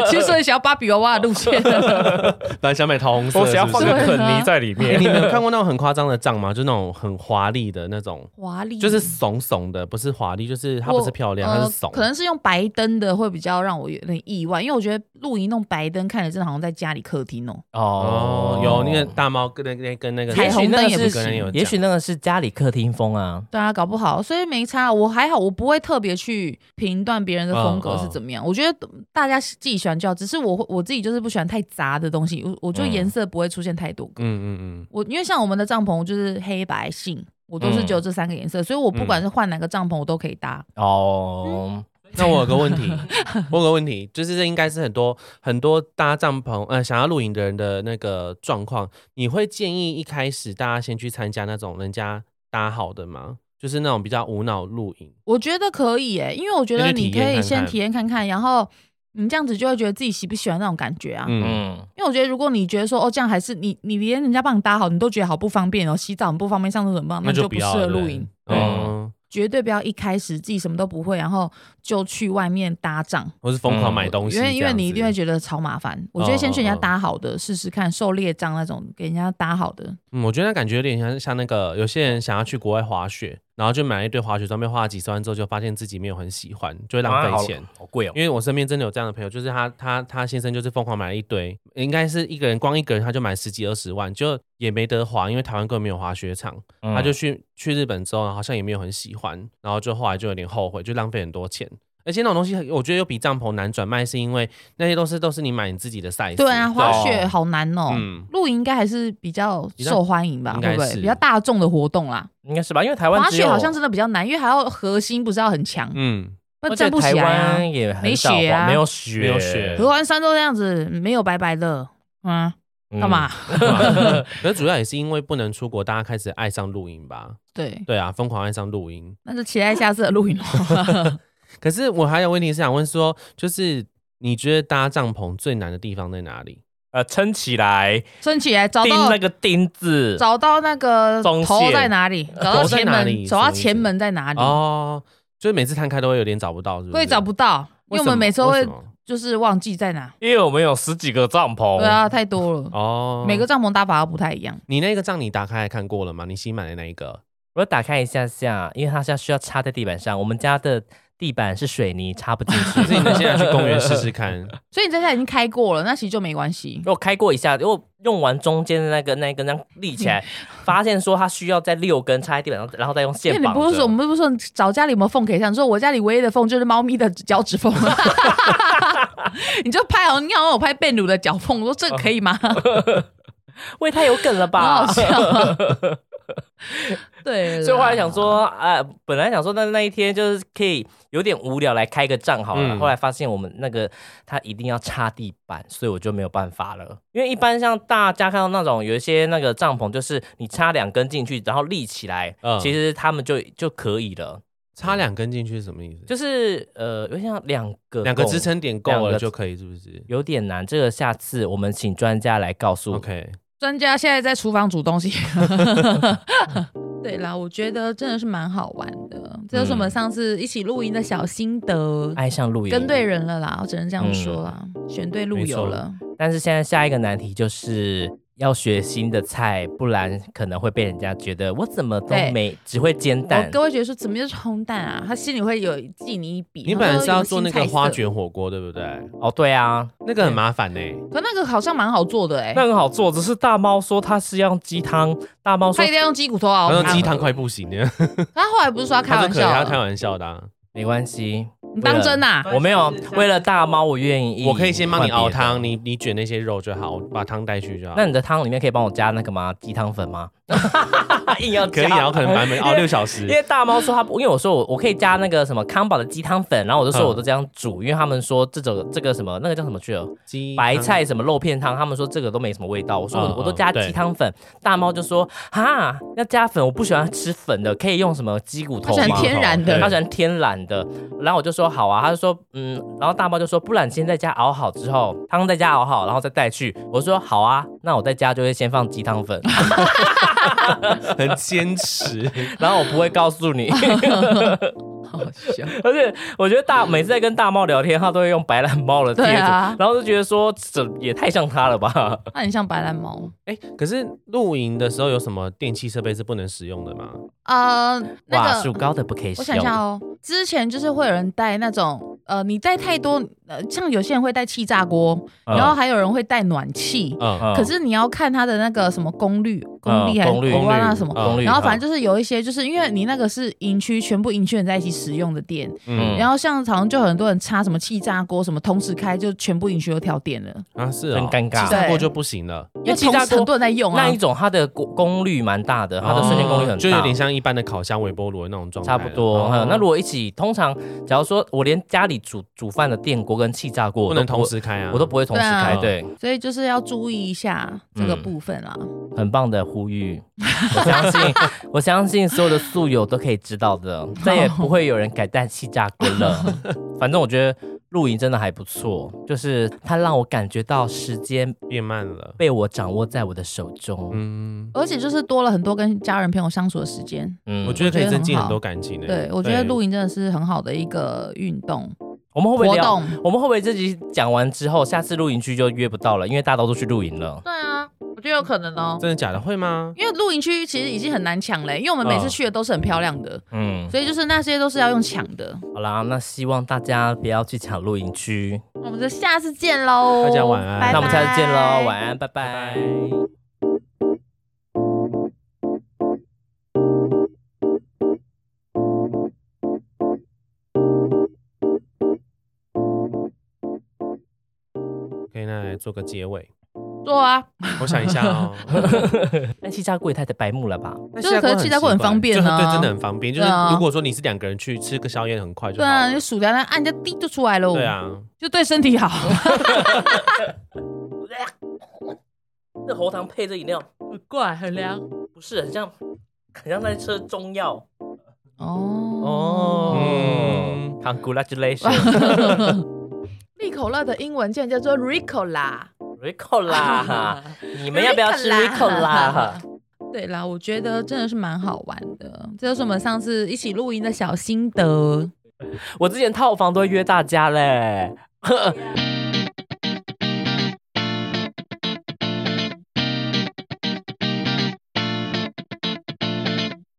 其实想要芭比娃娃的路 线，本来想买桃红色，我想要放是个不是肯尼在里哎面。你们有看过那种很夸张的帐吗？就那种很华丽的那种，华丽就是怂怂的，不是华丽，就是它不是漂亮，嗯我它呃是怂。可能是用白灯的会比较让我有点意外，因为我觉得露营弄白灯看起来真的好像在家里客厅哦。哦，有那个大猫跟那跟跟那个彩虹灯也不跟那个有讲行也许那个是家里客厅风啊。对啊，搞不好，所以没差。啊我还好，我不会特别去评断别人的风格嗯是怎么样。我觉得大家自己喜欢就好，只是我会我自己就是不喜欢太杂的东西。我我觉得嗯颜色不会出现太多个。嗯嗯我因为像我们的帐篷就是黑白性，我都嗯是只有这三个颜色，所以我不管是换哪个帐篷，我都可以搭。哦，嗯。 那我有个问 题，我有个问题，就是这应该是很多很多搭帐篷呃想要露营的人的那个状况，你会建议一开始大家先去参加那种人家搭好的吗？就是那种比较无脑露营，我觉得可以诶、因为我觉得先去你体验可以看先看体验看看，然后你这样子就会觉得自己喜不喜欢那种感觉啊。嗯，嗯，因为我觉得，如果你觉得说哦，这样还是你你连人家帮你搭好，你都觉得好不方便哦，洗澡很不方便，上厕所很不方便，那就就不不适要合了露营。对对哦绝对不要一开始自己什么都不会，然后就去外面搭帐，或是疯狂买东西嗯这因样为子，嗯因为你一定会觉得超麻烦。我觉得先去人家搭好的试试看，狩猎帐那种给人家搭好的，嗯，我觉得那感觉有点像像那个有些人想要去国外滑雪，然后就买了一堆滑雪装备，花了几十万之后，就发现自己没有很喜欢，就会浪费钱。 啊，好好贵哦。因为我身边真的有这样的朋友，就是他他他先生就是疯狂买了一堆，应该是一个人光一个人他就买十几二十万，就也没得滑，因为台湾根本没有滑雪场，嗯嗯他就去去日本之后，好像也没有很喜欢，然后就后来就有点后悔，就浪费很多钱。而且那种东西很我觉得又比帐篷难转卖，是因为那些都是都是你买你自己的 size。对啊，滑雪哦好难哦、嗯露营应该还是比较比较受欢迎吧，应该会不会是比较大众的活动啦？应该是吧？因为台湾滑只雪有好像真的比较难，因为还要核心不是要很强，嗯，那而且站不起台来啊。湾也很没少雪滑啊没有雪，没有雪合欢山都这样子，没有白白的，嗯，嗯干嘛？？嗯 可是主要也是因为不能出国，大家开始爱上露营吧？对，对啊，疯狂爱上露营。那就期待下次的露 营咯。可是我还有问题是想问说，就是你觉得搭帐篷最难的地方在哪里？呃，撑起来，升起来，找钉到那个钉子，找到那个中线头在哪里，找到哦头在前哪门，里找到什么意思前门在哪里，哦，就是每次摊开都会有点找不到，是不是？会找不到，为因为什么，我们每次都为会什么就是忘记在哪。因为我们有十几个帐篷，对啊，太多了，哦，每个帐篷搭法都不太一样。你那个帐你打开来看过了吗？你新买的那一个？我要打开一下下，因为它现在需要插在地板上，我们家的地板是水泥，插不进 去。可是你们现在去公园试试 看，所以你在家已经开过了，那其实就没关系。我开过一嗯下，因为我用完中间的那根那一根这样立起来，发现说它需要在六根插在地板上，然后再用因线为你绑着。啊不是说我们不是说找家里有没有缝可以上，你说我家里唯一的缝就是猫咪的脚趾缝， 你就拍哦，你好像有拍贝鲁的脚缝，我说哦这个可以吗？喂太有梗了好吧好？笑、啊。 对啦，所以我后来想说，啊、本来想说那那一天就是可以有点无聊来开个账好了，嗯后来发现我们那个它一定要插地板，所以我就没有办法了。因为一般像大家看到那种有一些那个帐篷，就是你插两根进去，然后立起来，嗯其实他们就就可以了。插两根进去是什么意思？就是呃，有点像两个两个拱支，撑点两够个了就可以，是不是有点难。这个下次我们请专家来告诉我。 ？OK，专家现在在厨房煮东西。 对啦，我觉得真的是蛮好玩的，这就是我们上次一起露营的小心得。哎爱上露营，跟对人了啦，我只能这样说啦，嗯选对路友了。哦但是现在下一个难题就是要学新的菜，不然可能会被人家觉得我怎么都对没只会煎我蛋。哥会觉得说，怎么就是烘蛋啊？他心里会有记你一笔。你本来是要他说做有那新个菜色花，卷火锅，对不嗯对？哦，对啊，那个很麻烦呢。可那个好像蛮好做的哎、那很好做，只是大猫说它是要用鸡汤，大猫他说一定要用鸡骨头啊熬他说汤鸡汤快不行了，他后来不是说要开他说玩可以，他笑开的，玩笑的啊。没关系，你当真呐、啊？我没有为了大猫我愿意，我可以先帮你熬汤，你。你你卷那些肉就好，我把汤带去就好。那你的汤里面可以帮我加那个吗？鸡汤粉吗？ 硬要可加以啊，我可能版 本熬六小时因。为大猫说他，因为我说我我可以加那个什么康宝的鸡汤粉，然后我就说嗯我都这样煮，因为他们说这种这个什么那个叫什么去了鸡白菜什么肉片汤，他们说这个都没什么味道，我说我、嗯我都加嗯对鸡汤粉，大猫就说哈要加粉，我不喜欢吃粉的，可以用什么鸡骨他头喜欢吗？天然对他的，喜欢天然的，然后我就说好啊，他就说嗯，然后大猫就说不然先在家熬好之后，汤在家熬好，然后再带去。我说好啊，那我在家就会先放鸡汤粉， 很坚持，然后我不会告诉你。 好笑。啊而且我觉得大每次在跟大猫聊天，他都会用白兰猫的贴对纸，啊然后就觉得说这也太像他了吧？他很像白兰猫。 哎、可是露营的时候有什么电器设备是不能使用的吗？呃，哇，那树个高的不可以我使想一用下哦，之前就是会有人带那种，呃，你带太多，呃，像有些人会带气炸锅，嗯然后还有人会带暖气，嗯，嗯可是你要看它的那个什么功率，功呃率还是功率啊我忘了什么。嗯功率然后反正就是有一些，就是因为你那个是营区全部营区人在一起使用的电，嗯嗯然后像好像就很多人插什么气炸锅什么，同时开就全部营区都跳电了，啊是真哦，尴尬气炸锅对就不行了，因为气同炸时很锅多人在用那啊一。种它的功功率蛮大的，它的瞬间功率很大，哦就有点像一般的烤箱、微波炉的那种状态差了。不多。哦嗯那如果一起，通常假如说我连家里煮煮饭的电锅跟气炸锅我不都能同，时开啊，我都不会同时对啊开，对，所以就是要注意一下这个嗯部分啊。很棒的呼吁，我相信， 我相信所有的宿友都可以知道 的，再也不会有人改带气炸锅了。反正我觉得露营真的还不错，就是它让我感觉到时间变慢了。被我掌握在我的手中。嗯，而且就是多了很多跟家人朋友相处的时间。嗯，我觉得可以增进我觉得很好很多感情的。欸对，嗯我觉得露营真的是很好的一个运动我们会不会活聊？动。我们会不会这集讲完之后，下次露营区就约不到了，因为大家都出去露营了。对啊，我觉得有可能哦。真的假的会吗？因为露营区其实已经很难抢欸嘞，因为我们每次去的都是很漂亮的，嗯，所以就是那些都是要用抢的。好啦，那希望大家不要去抢露营区。我们就下次见喽，大家晚安拜拜那我们下次见喽，晚安，拜拜拜做个结 尾？做啊，我想一下哦。那哎气炸锅也太白目了吧？那 就新加是可是坡新加坡很很奇怪方便 啊就对，真的很方便。就是对啊如果说你是两个人去吃个宵夜，很快就对好啊，了就。薯条那按一下滴就出来喽，对，啊，就对身体好。啊这喉糖配这饮料很怪，很凉不是很像，很像在吃中药 哦哦嗯。 Congratulations，利口乐的英文竟然叫做 Ricola。 Ricola，你 们要不要吃 Ricola？对啦，我觉得真的是蛮好玩的，这就是我们上次一起露营的小心得。我之前套房都会约大家嘞。